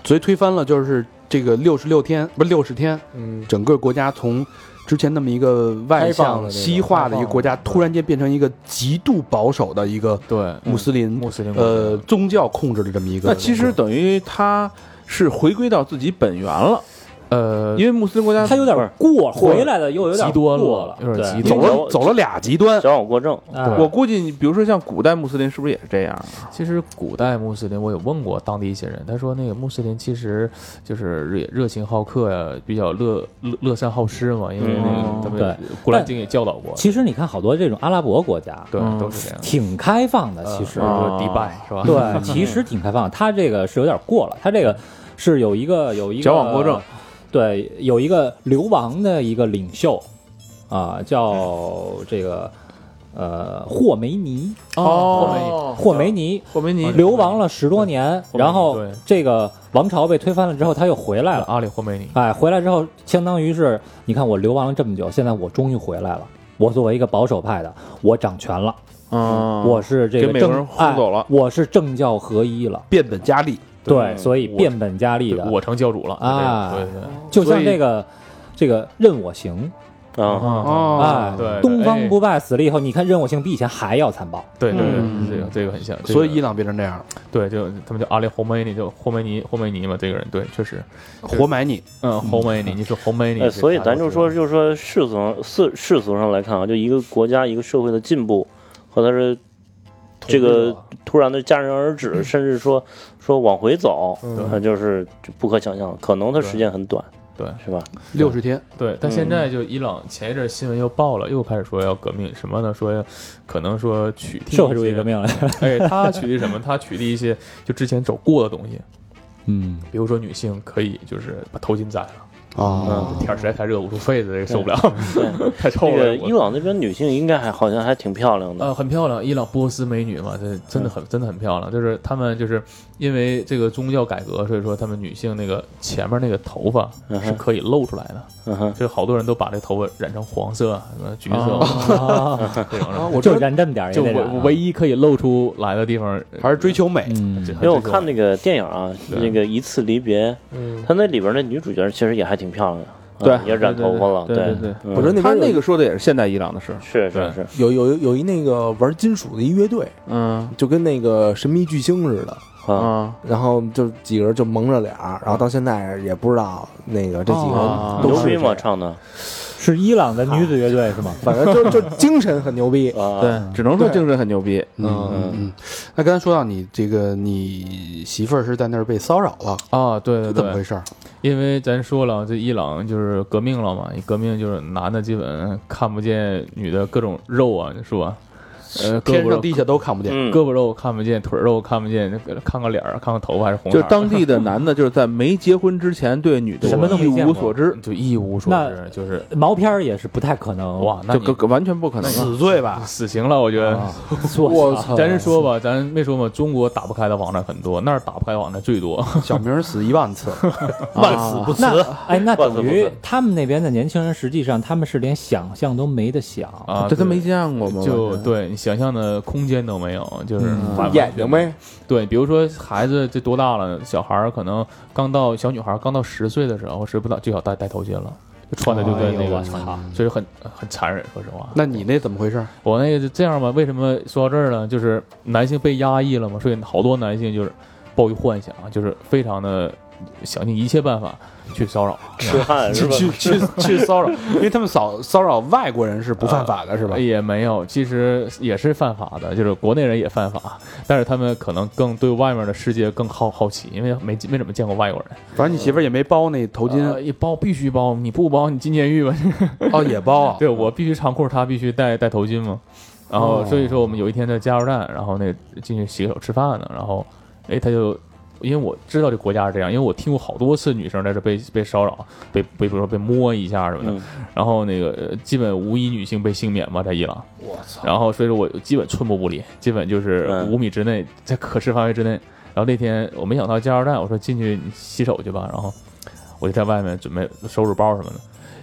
所以推翻了就是这个六十六天，不是六十天，
嗯，
整个国家从之前那么一个外
开
向
放的那种
西化的一个国家，
开放的
突然间变成一个极度保守的一个
对嗯
穆斯林
穆斯林
呃宗教控制的这么一个。
那其实等于他是回归到自己本源了，
呃
因为穆斯林国家
他有点过回来了，又有点
极端
过
了，有点极
对
走
端。
了走了俩极端，
矫枉过正，
哎
我估计你，比如说像古代穆斯林，是不是也是这样啊？
其实古代穆斯林，我有问过当地一些人，他说那个穆斯林其实就是热热情好客呀、比较乐乐乐善好施嘛，因为那个
嗯
他
对
们古兰经也教导过，
其实你看好多这种阿拉伯国家
对
嗯，
都是这样。
挺开放的，
呃
其实
比如
啊
说迪拜是吧？
对，其实挺开放，他这个是有点过了，他这个是有一个有一个
矫枉过正，
对，有一个流亡的一个领袖啊，叫这个呃霍梅尼，
哦，
霍梅尼，
霍梅尼
流亡了十多年，
对
然后
对
这个王朝被推翻了之后，他又回来了。
阿里霍梅尼，
哎，回来之后，相当于是你看我流亡了这么久，现在我终于回来了。我作为一个保守派的，我掌权了，
啊，
我是这
给
个
美
政
国人轰走了
哎我是政教合一了。
变本加厉。
对，所以
我
变本加厉
对
的，
我成教主了
啊
对对
就
所
像
以
这个这个任我行，
啊，
哦
哎，
对，
东方
哎
不败死了以后，你看任我行比以前还要残暴。
对对
嗯
对，这个这个很像，这个
所以伊朗变成这样，
对就他们叫阿里霍梅尼，就霍梅尼霍梅尼嘛，这个人对，确实，是
活埋你。
嗯，霍梅尼，你是霍梅尼
哎，
这
所以
大家
咱
都
就
知道
说，就是说世俗上世世俗上来看啊，就一个国家一个社会的进步和它是这
啊
个突然的戛然而止，甚至说说往回走，
嗯
那就是就不可想象，可能它时间很短，
对
是吧？
六十天，
对，但现
嗯
在就伊朗前一阵新闻又爆了，又开始说要革命什么呢？说要可能说取缔
社会主义
一些
革，命了，
哎，他取缔什么？他取缔一些就之前走过的东西，
嗯，
比如说女性可以就是把头巾摘了，嗯
啊，
天儿实在太热，捂住肺子这个受不了， 太臭
那个
了。
伊
我
朗那边女性应该还好像还挺漂亮的
呃，，很漂亮，伊朗波斯美女嘛，这真的
嗯
很真的很漂亮。就是他们就是因为这个宗教改革，所以说他们女性那个前面那个头发
嗯哼
是可以露出来的，
嗯哼，
就是好多人都把这头发染成黄色、什么橘色
啊，
这种的，
我
就
知道
染这么点儿也
就
得
唯
染啊
唯一可以露出来的地方，
还是追求美，
嗯
这。
因为我看那个电影啊，
对
那个《一次离别》，
嗯，
她那里边那女主角其实也还挺漂亮的，
对
啊也染头发了，
对对对
嗯
我觉得那
他
边
那
有
个说的也是现代伊朗的事，
是
对
是是，
有有有一那个玩金属的一乐队，
嗯
就跟那个神秘巨星似的，
啊，
啊，
然后就几个人就蒙着脸儿，然后到现在也不知道那个这几个
哦
人都
牛
是
逼嘛
谁，
唱的
是伊朗的女子乐队是吗？
反正就就精神很牛 逼，
啊，
对，只能说精神很牛逼，
嗯嗯嗯。那刚才说到你这个，你媳妇儿是在那儿被骚扰了，
啊，对对
这
对，
怎么回事儿？
因为咱说了，这伊朗就是革命了嘛，革命就是男的基本看不见女的各种肉啊，是吧？呃，胳
天
膊
上
肉、
地下都看不见。
嗯
胳膊肉看不见，腿肉看不见，看个脸儿，看个头发还是红
就
色
是
儿，
当地的男的，就是在没结婚之前对女的
什么都没
一
见
无
过
所知，
就一无所知，就是
毛片儿也是不太可能
哇，啊那
就
你
个个完全不可能啊。
死罪吧，
死刑了，我觉得。
啊！我操
咱是说吧，咱没说嘛，中国打不开的网站很多，那儿打不开的网站最多。
小明儿死一万次，
啊
万死不 辞。
那哎，那
不是
等
不
于
是
他们那边的年轻人，实际上他们是连想象都没得想
啊，
哦这
对
他没见过吗？嗯
就对你想象的空间都没有，就是
嗯
完完
眼
全
睛
全
呗，
对，比如说孩子这多大了，小孩儿可能刚到小女孩儿刚到十岁的时候，是不到就要戴戴头巾了，就穿的就跟那
哎呦
个
我操，
所以很很残忍。说实话，
那你那怎么回事儿？
我那个就这样吧，为什么说到这儿呢？就是男性被压抑了嘛，所以好多男性就是抱有幻想，就是非常的想尽一切办法去骚扰。
痴汉
去
是 吧？
去去去骚扰，因为他们骚骚扰外国人是不犯法的，是吧？
呃也没有，其实也是犯法的，就是国内人也犯法，但是他们可能更对外面的世界更好好奇，因为没没怎么见过外国人。
反正你媳妇儿也没包那头巾
呃一包必须包，你不包你进监狱吧。
哦，也包 啊。
对我必须长裤，他必须戴戴头巾嘛。然
哦
后所以说我们有一天在加油站，然后那进去洗个手吃饭呢，然后哎他就。因为我知道这国家是这样，因为我听过好多次女生在这被被骚扰，被被比如说被摸一下什么的，
嗯
然后那个呃基本无一女性被幸免嘛，在伊朗。我操！然后所以说我基本寸步不离，基本就是
嗯
五米之内，在可视范围之内。然后那天我没想到加油站，我说进去洗手去吧，然后我就在外面准备收拾包什么的，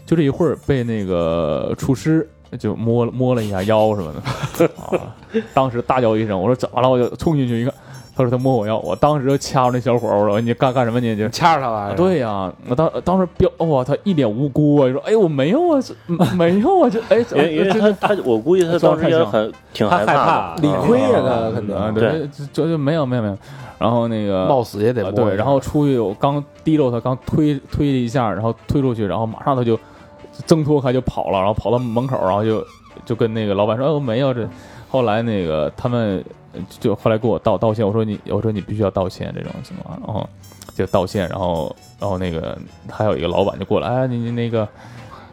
就这一会儿被那个厨师就摸了摸了一下腰什么的，啊，当时大叫一声，我说怎么了？我就冲进去一看，他说他摸我腰，我当时就掐着那小伙儿，我说你干干什么你就。啊
掐着他了，
对呀、我当当时彪，哇，他一脸无辜啊，就说，哎，我没有啊，这没有啊，这，哎，怎么
因为因为
这
他他我估计他当时也很挺
他害
怕
怕
的，
理
嗯
亏呀，他肯
哎
啊，
定。
对，就就就没有没有没有，然后那个
冒死也得
啊
摸一
对，
下
然后出去我刚提溜他，刚推推了一下，然后推出去，然后马上他就挣脱开就跑了，然后跑到门口，然后就就跟那个老板说：“哦，没有这。”后来那个他们就后来给我道道歉，我说你我说你必须要道歉这种情况，然后就道歉，然后然后那个还有一个老板就过来，哎，你你那个。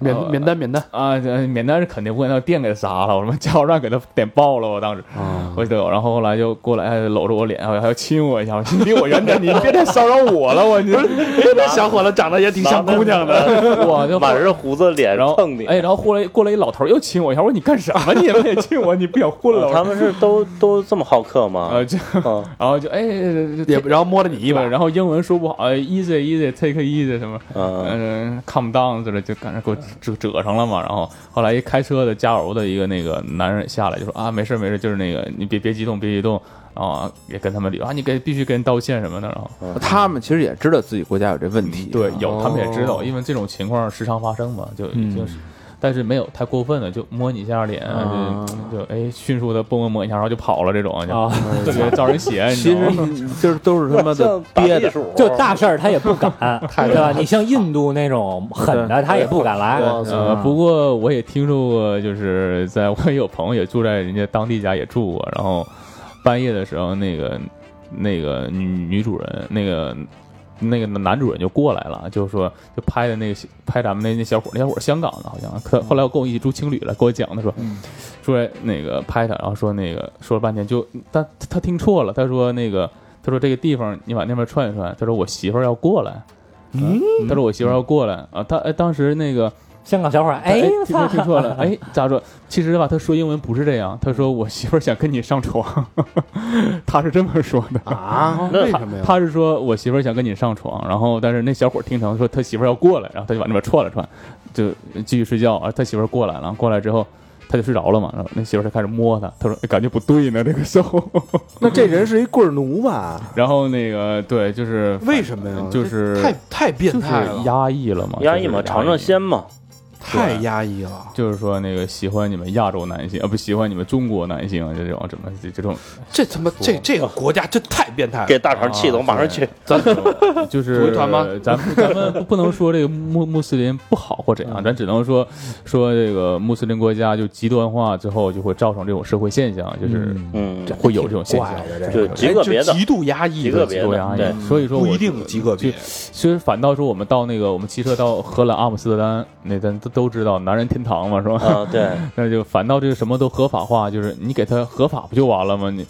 免
呃
免单免单
啊，这免单是肯定不能让店给他砸了，我他妈加油站给他点爆了，我当时，
啊
我就然后后来就过来哎搂着我脸，还要亲我一下，我说你离我远点，你别再骚扰我了， 我你
这小伙子长得也挺像姑娘的，
我就
呃满是胡子脸
然后
蹭你，
哎，然后过来过来一老头儿又亲我一下，我说你干什么？你也没亲我，你不想混了？我
他
说
们是都都这么好客吗？
呃就
嗯
然后就哎
啊也然后摸了你一
一
把，
然后英文说不好哎，easy easy take easy 什么。
啊
嗯
嗯，calm down 之类，就感觉给我折折上了嘛。然后后来一开车的加油的一个那个男人下来就说啊，没事没事，就是那个你别别激动，别激动。然后也跟他们理啊，你给必须跟人道歉什么的。然
哎
后
呃他们其实也知道自己国家有这问题，
嗯对，有他们也知
哦
道，因为这种情况时常发生嘛，就已经是。
嗯
但是没有太过分的，就摸你一下脸，
啊
就就哎，迅速的蹦蹦摸一下，然后就跑了这种，就、
哦
啊，
就觉得招人嫌，你
其
知道
实
吗？
你就是都是他妈的
像打
憋
地
的，
鼠，
就大事儿他也不敢，对吧？你像印度那种狠的，他也不敢来。
呃，
嗯
不过我也听说过，就是在我有朋友也住在人家当地家也住过，然后半夜的时候，那个那个女女主人，那个那个男主人就过来了，就说就拍的那个拍咱们那那小伙，那小伙香港的好像，可后来我跟我一起住青旅了，跟我讲的说，说那个拍他，然后说那个说了半天就他他听错了，他说那个他说这个地方你往那边窜一窜，他说我媳妇儿要过来。嗯，他说我媳妇儿要过来啊，他哎当时那个
香港小伙儿，
哎
哎，我
听说
操，
听错 了，哎咋说？其实吧，他说英文不是这样，他说我媳妇儿想跟你上床， 他是这么说的。
啊，
那
为什么呀？
他是说我媳妇儿想跟你上床，然后但是那小伙儿听成说他媳妇儿要过来，然后他就往那边窜了窜，就继续睡觉。而他媳妇儿过来了，过来之后他就睡着了嘛，然后那媳妇儿就开始摸他，他说、哎感觉不对呢，这个手。
那这人是一棍儿奴吧？
然后那个对，就是
为什么呀？
就是
这太太变
就是
态了，
压抑了嘛，
压抑
就
嘛，
是
尝尝鲜嘛。
太压抑了。
就是说那个喜欢你们亚洲男性啊，不喜欢你们中国男性啊，就这种怎么这这种，
这他妈这这个国家真太变态了。
给大肠气的，我马上去。
咱就是
组一团吗
咱不咱们不不能说这个穆穆斯林不好或怎样，咱只能说说这个穆斯林国家就极端化之后，就会造成这种社会现象，就是
嗯，
会有这种现象
怪。啊的这
就
个，
极个别
哎就
的，
极度压抑，
极个别
极度压
的，对
抑，所以说
不
我
一定极个别
就。其实反倒说我们到那个我们骑车到荷兰阿姆斯特丹，那咱都都知道男人天堂嘛，是吧？
啊，对，
那就反倒这个什么都合法化，就是你给他合法不就完了吗？你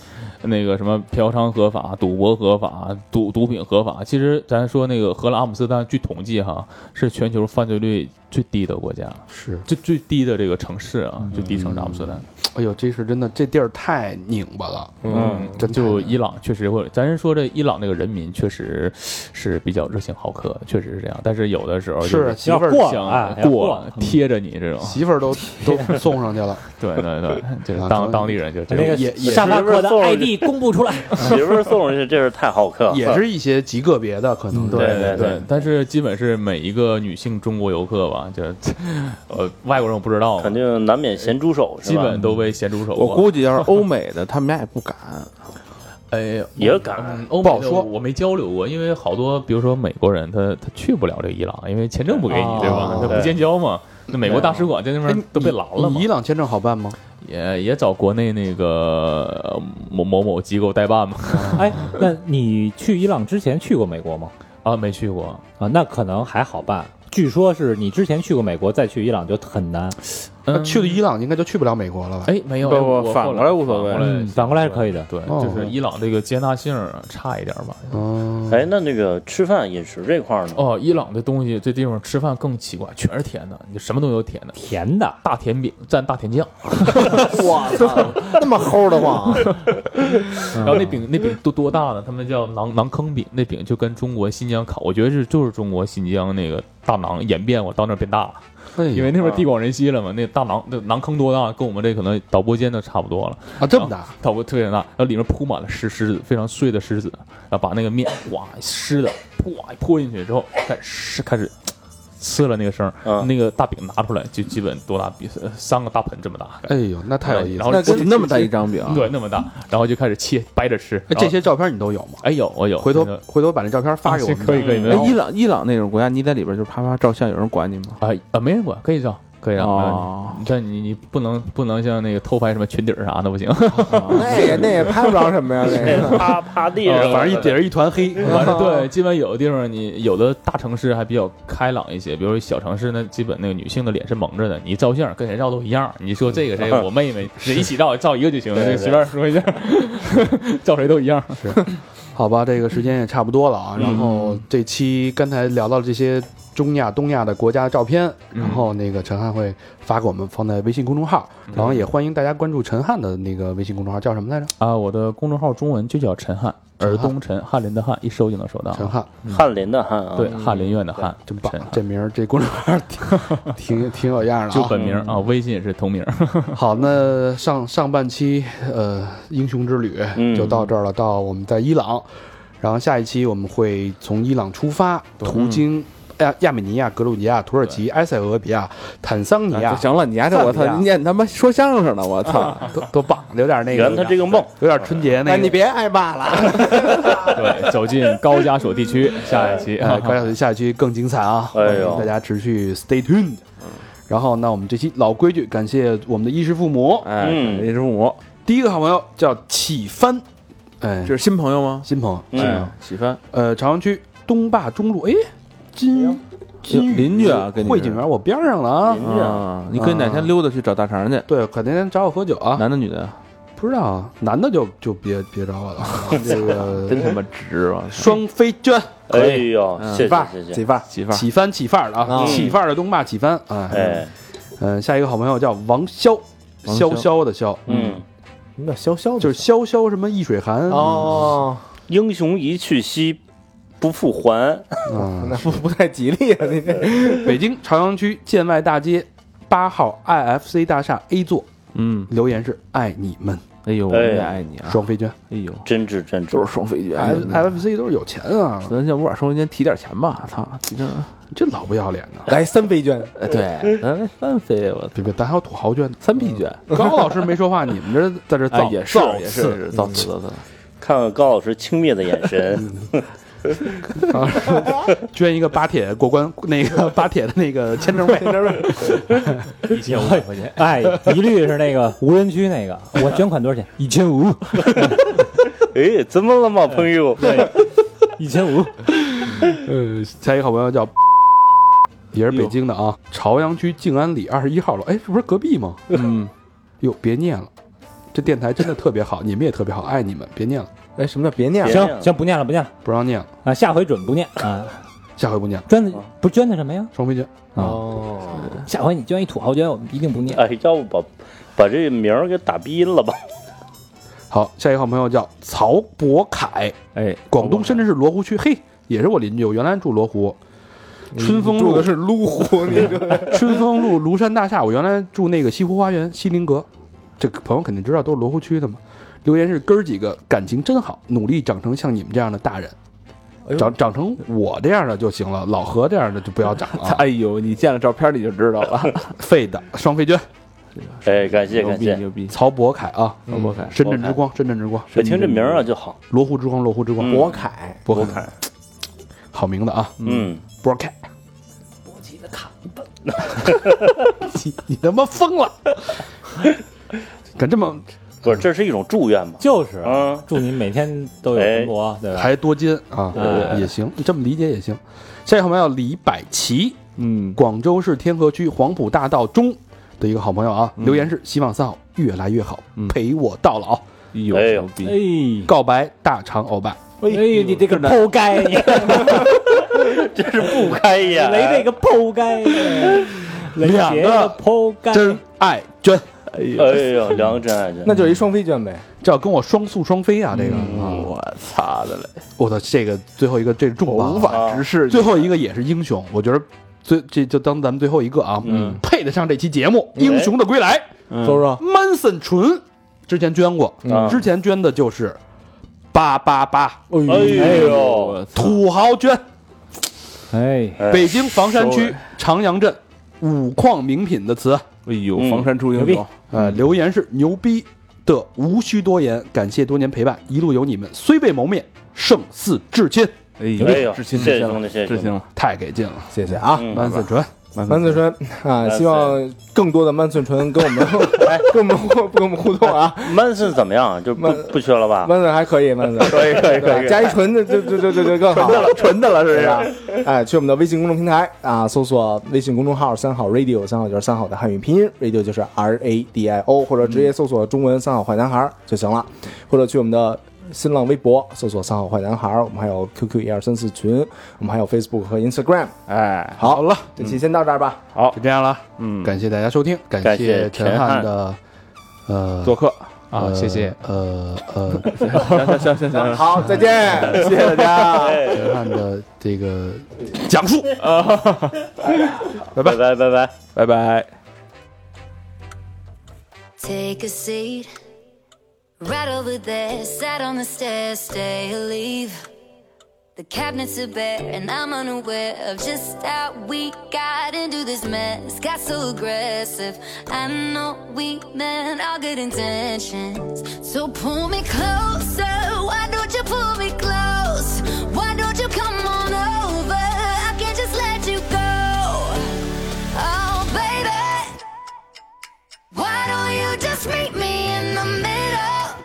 那个什么嫖娼合法、赌博合法、毒毒品合法，其实咱说那个荷兰阿姆斯特丹，据统计哈，是全球犯罪率最低的国家，
是，
最最低的这个城市啊，最低城市阿姆斯特丹。
哎呦，这是真的，这地儿太拧巴了。
嗯，
真
就
就
伊朗确实会，咱是说这伊朗那个人民确实是比较热情好客，确实是这样，但是有的时候就是
媳妇儿
过了
想
哎要过
了贴着你这种，
媳妇儿都都送上去了，
对对对，就是
啊
当
这
当地人就这
那
样
个
也也
沙发
是
客的
做了
ID 公布出来，
媳妇儿送上去，这是太好客了。
也是一些极个别的可能。
对对
对，但是基本是每一个女性中国游客吧，就是 呃外国人我不知道嘛，
肯定难免咸猪手是
基
吧？
本都被咸猪手过。
我估计要是欧美的，他们家也不敢。
哎
也敢
嗯，欧
不
美
好
的
说
我没交流过，因为好多比如说美国人他他去不了 这个伊朗，因为签证不给你，啊对吧？他不
对
建交嘛。那美国大使馆在那
哎
边都被拦了
你
嘛
伊，朗签证好办吗？
也也找国内那个呃某某某机构代办嘛。
哎，那你去伊朗之前去过美国吗？
啊，没去过，
啊，那可能还好办。据说是你之前去过美国，再去伊朗就很难。
那去了伊朗应该就去不了美国了吧？
嗯哎，没有，
不不
我后
反过来无所谓
反过来
嗯反过来是可以的
对，
哦
就是伊朗这个接纳性儿差一点吧。
嗯，
哎，那那个吃饭饮食这块儿呢？
哦，伊朗的东西这地方吃饭更奇怪，全是甜的，你什么东西都甜的，
甜的，
大甜饼蘸大甜酱，
哇，那么齁的慌，
然后那饼那饼都多大呢？他们叫馕馕坑饼，那饼就跟中国新疆烤，我觉得是就是中国新疆那个大馕演变，我到那儿变大了，因为那边地广人稀了嘛，那大馕那馕坑多大，跟我们这可能导播间都差不多了，
啊，这么大，
导播特别大，然后里面铺满了石狮子，非常碎的石子，然后把那个面哇湿的哇一泼进去之后，开始开始。呲了那个声儿，
啊
嗯
那个大饼拿出来就基本多大，比呃三个大盆这么大，
哎呦，那太有意
然
思了。
后
那
就
那么大一张饼，
对，那么大，然后就开始切掰着吃。
啊哎，这些照片你都有吗？
哎有我有，
回头
那个
回头把那照片发给我
啊
们。
可以可以没
哎，
有
伊朗伊朗那种国家，你在里边就啪啪照相，有人管你吗？
啊啊没人管，可以照可以照。嗯
哦
但你你不能不能像那个偷拍什么裙底儿啥的不行，
那也那也拍不着什么呀，那
那
个
趴趴地上，
反正一底儿一团黑，
反正对，基本有的地方你有的大城市还比较开朗一些，比如小城市那基本那个女性的脸是蒙着的，你一照相跟谁照都一样。你说这个 谁我妹妹谁一起照照一个就行，
对
这
对
个随便说一下，照谁都一样。
好吧，这个时间也差不多了啊。
嗯
然后这期刚才聊到了这些中亚、东亚的国家的照片，
嗯
然后那个陈汉会发给我们，放在微信公众号，
嗯
然后也欢迎大家关注陈汉的那个微信公众号，叫什么来着？
啊，我的公众号中文就叫陈汉，
陈
尔
汉
东陈，翰林的翰，一搜就能搜到。
陈汉，
翰林的汉啊，
对，翰林院的翰，
真棒
陈汉，
这名儿这公众号挺 挺挺有样儿的
就
啊。
本名啊，微信也是同名。
好，那上上半期呃英雄之旅
嗯
就到这儿了，到我们在伊朗，然后下一期我们会从伊朗出发，途经亚亚美尼亚、格鲁吉亚、土耳其、埃塞俄比亚、坦桑尼
啊
亚，
行了，你丫这我操
赞，不
你演他妈说相声呢，我操！
啊
都都棒，有点那
圆他这
个
个梦。
有点春节那
哎，
个。
你别挨骂了，
对，走进高加索地区，下一期。
哎，高晓松下一期更精彩啊！
哎呦
欢迎大家持续 stay tuned。然后，那我们这期老规矩，感谢我们的衣食父母。
哎，
嗯
也是我，
第一个好朋友叫启帆，哎，
这是新朋友吗？
新朋友，
嗯，
喜欢
呃，朝阳区东坝中路，哎，金金
邻居啊，跟你
汇景园我边上了啊。
嗯
邻居啊，
啊，你可以哪天溜达去找大肠去，
对，可能找我喝酒啊。
男的女的？
不知道啊，男的就就别别找我了 啊，这个
真他妈值啊！
双飞娟
哎
可以
呦，
嗯
谢
范
谢
儿
谢谢，
几范儿
媳妇儿，
起翻起范儿的啊，
嗯
起范儿的东坝起翻啊，
哎，
嗯，下一个好朋友叫王潇，
王
潇
潇
潇的潇，
嗯，
什么叫潇潇的？
就是潇潇什么易水寒，
哦，
英雄一去兮，不复还。
嗯
那不不太吉利啊！你这
北京朝阳区建外大街八号 IFC 大厦 A 座，
嗯，
留言是爱你们，
哎呦，我
哎
也爱你啊！
双飞娟
哎呦，
真挚真挚，
双飞娟
，F-，IFC 都是有钱啊，
咱要不把双飞娟提点钱吧？操，提点
这老不要脸的，
来三倍券，
哎对，咱三飞哎我
别别，咱还有土豪娟呢，
三 P 娟，
高老师没说话，你们这在这
哎
造
也是
造
也
次
是造次造次，
看看高老师轻蔑的眼神，
哎捐一个巴铁过关 那 个巴铁的那个签证费，
一千五百块钱，
哎，一律是那个无人区那个，我捐款多少钱？一千五，
哎，怎么了嘛，朋友？
一千五。
呃，下一个好朋友叫，也是北京的啊，朝阳区静安里二十一号楼，哎，这不是隔壁吗？
嗯，
哟，别念了，这电台真的特别好，你们也特别好，爱你们，别念了，
哎，什么叫别念了？
别念了
行行，不念了不念了
不让念了，
啊，下回准不念啊，
下回不念了，
捐的不是捐的什么呀？
双飞捐。
哦，
下回你捐一土豪捐，我们一定不念。
哎，要不把把这名儿给打鼻音了吧？
好，下一个好朋友叫曹博凯，
哎，
广东深圳市罗湖区，嘿，也是我邻居，我原来住罗湖。春风
住
路
的是芜湖，你这
春风路庐山大厦，我原来住那个西湖花园西林阁，这个朋友肯定知道，都是罗湖区的嘛。留言是哥儿几个感情真好，努力长成像你们这样的大人，
哎
长长成我这样的就行了，老何这样的就不要长了啊。
哎呦，你见了照片你就知道了，
废的双飞娟，
哎，感谢
牛
感
逼
谢，
牛逼，
曹博凯啊，
曹博凯，
深圳之光，深圳之光，
我听这名儿啊就好。
罗湖之光，罗湖之光，
博凯，
博凯，好名字啊，
嗯，
博凯。你你他妈疯了！敢这么
不是，这是一种祝愿嘛？
就是，
嗯，
啊祝你每天都有
哎
成果，对吧？
还多金啊，
对
也行，这么理解也行。下一个好朋友李百奇，
嗯，
广州市天河区黄埔大道中的一个好朋友啊，留言是希望三好越来越好，陪我到老，
哎呦
哎呦
牛逼，
哎，
告白大长欧巴。
哎呦，你这个抛该，你
这是不开眼，
雷这个抛该，雷
两
杰
个
的抛该，
真爱娟，
哎呦，梁真爱真，
那就是一双飞券呗。
这要跟我双宿双飞啊！这个，啊
我擦的嘞，
我操，这个最后一个这是重磅
我
啊，
无法直视你，
最后一个也是英雄，我觉得最这就当咱们最后一个啊，
嗯
配得上这期节目《英雄的归来》
周周，
，Manson 纯之前捐过，
嗯
之前捐的就是八八八
哎呦，
土豪捐，
哎，
哎
北京房山
收
区
尾
长阳镇五矿名品的词，
哎呦，
嗯
房山出英
牛
雄
逼，
呃，留言是牛逼的，无需多言，感谢多年陪伴，一路有你们，虽未谋面，胜似至亲，
哎
哎
呦
呦，至亲
谢谢
至亲
兄弟
了，
谢谢
至
兄弟
亲了，
太给劲了
谢谢啊，
嗯
，Manson 纯，
曼寸春啊，
Manson
希望更多的曼寸纯 跟 我们哎跟我们互跟我们互动
哎
啊。
，Manson 怎么样？就不
Man-
不缺了吧？
曼寸还可以，曼寸
啊 可以可以可以，
加一纯的就就就就就更好。
纯的了是不
对吧？哎，去我们的微信公众平台啊，搜索微信公众号“三好 radio”，三好就是三好的汉语拼音，radio 就是 R A D I O，或者直接搜索中文“三好坏男孩儿”就行了，或者去我们的。新浪微博搜索“三好坏男孩儿”，我们还有 QQ 一二三四群，我们还有 Facebook 和 Instagram。
哎，
好了，这期先到这儿吧。
就这样了。
嗯，
感谢大家收听，感
感谢
陈
陈
汉
汉
的呃
做客，
啊，谢谢。
呃呃
行行行行行，
好，再见，谢谢大家。
呃陈汉的这个讲述。
拜拜拜拜。
拜拜。
Take a seat right over there. Sat on the stairs, stay or leave. The cabinets are bare, and I'm unaware of just how we got into this mess. Got so aggressive. I know we meant all good intentions. So pull me closer. Why don't you pull me close? Why don't you come on over? I can't just let you go. Oh, baby. Why don't you just meet me in the middle?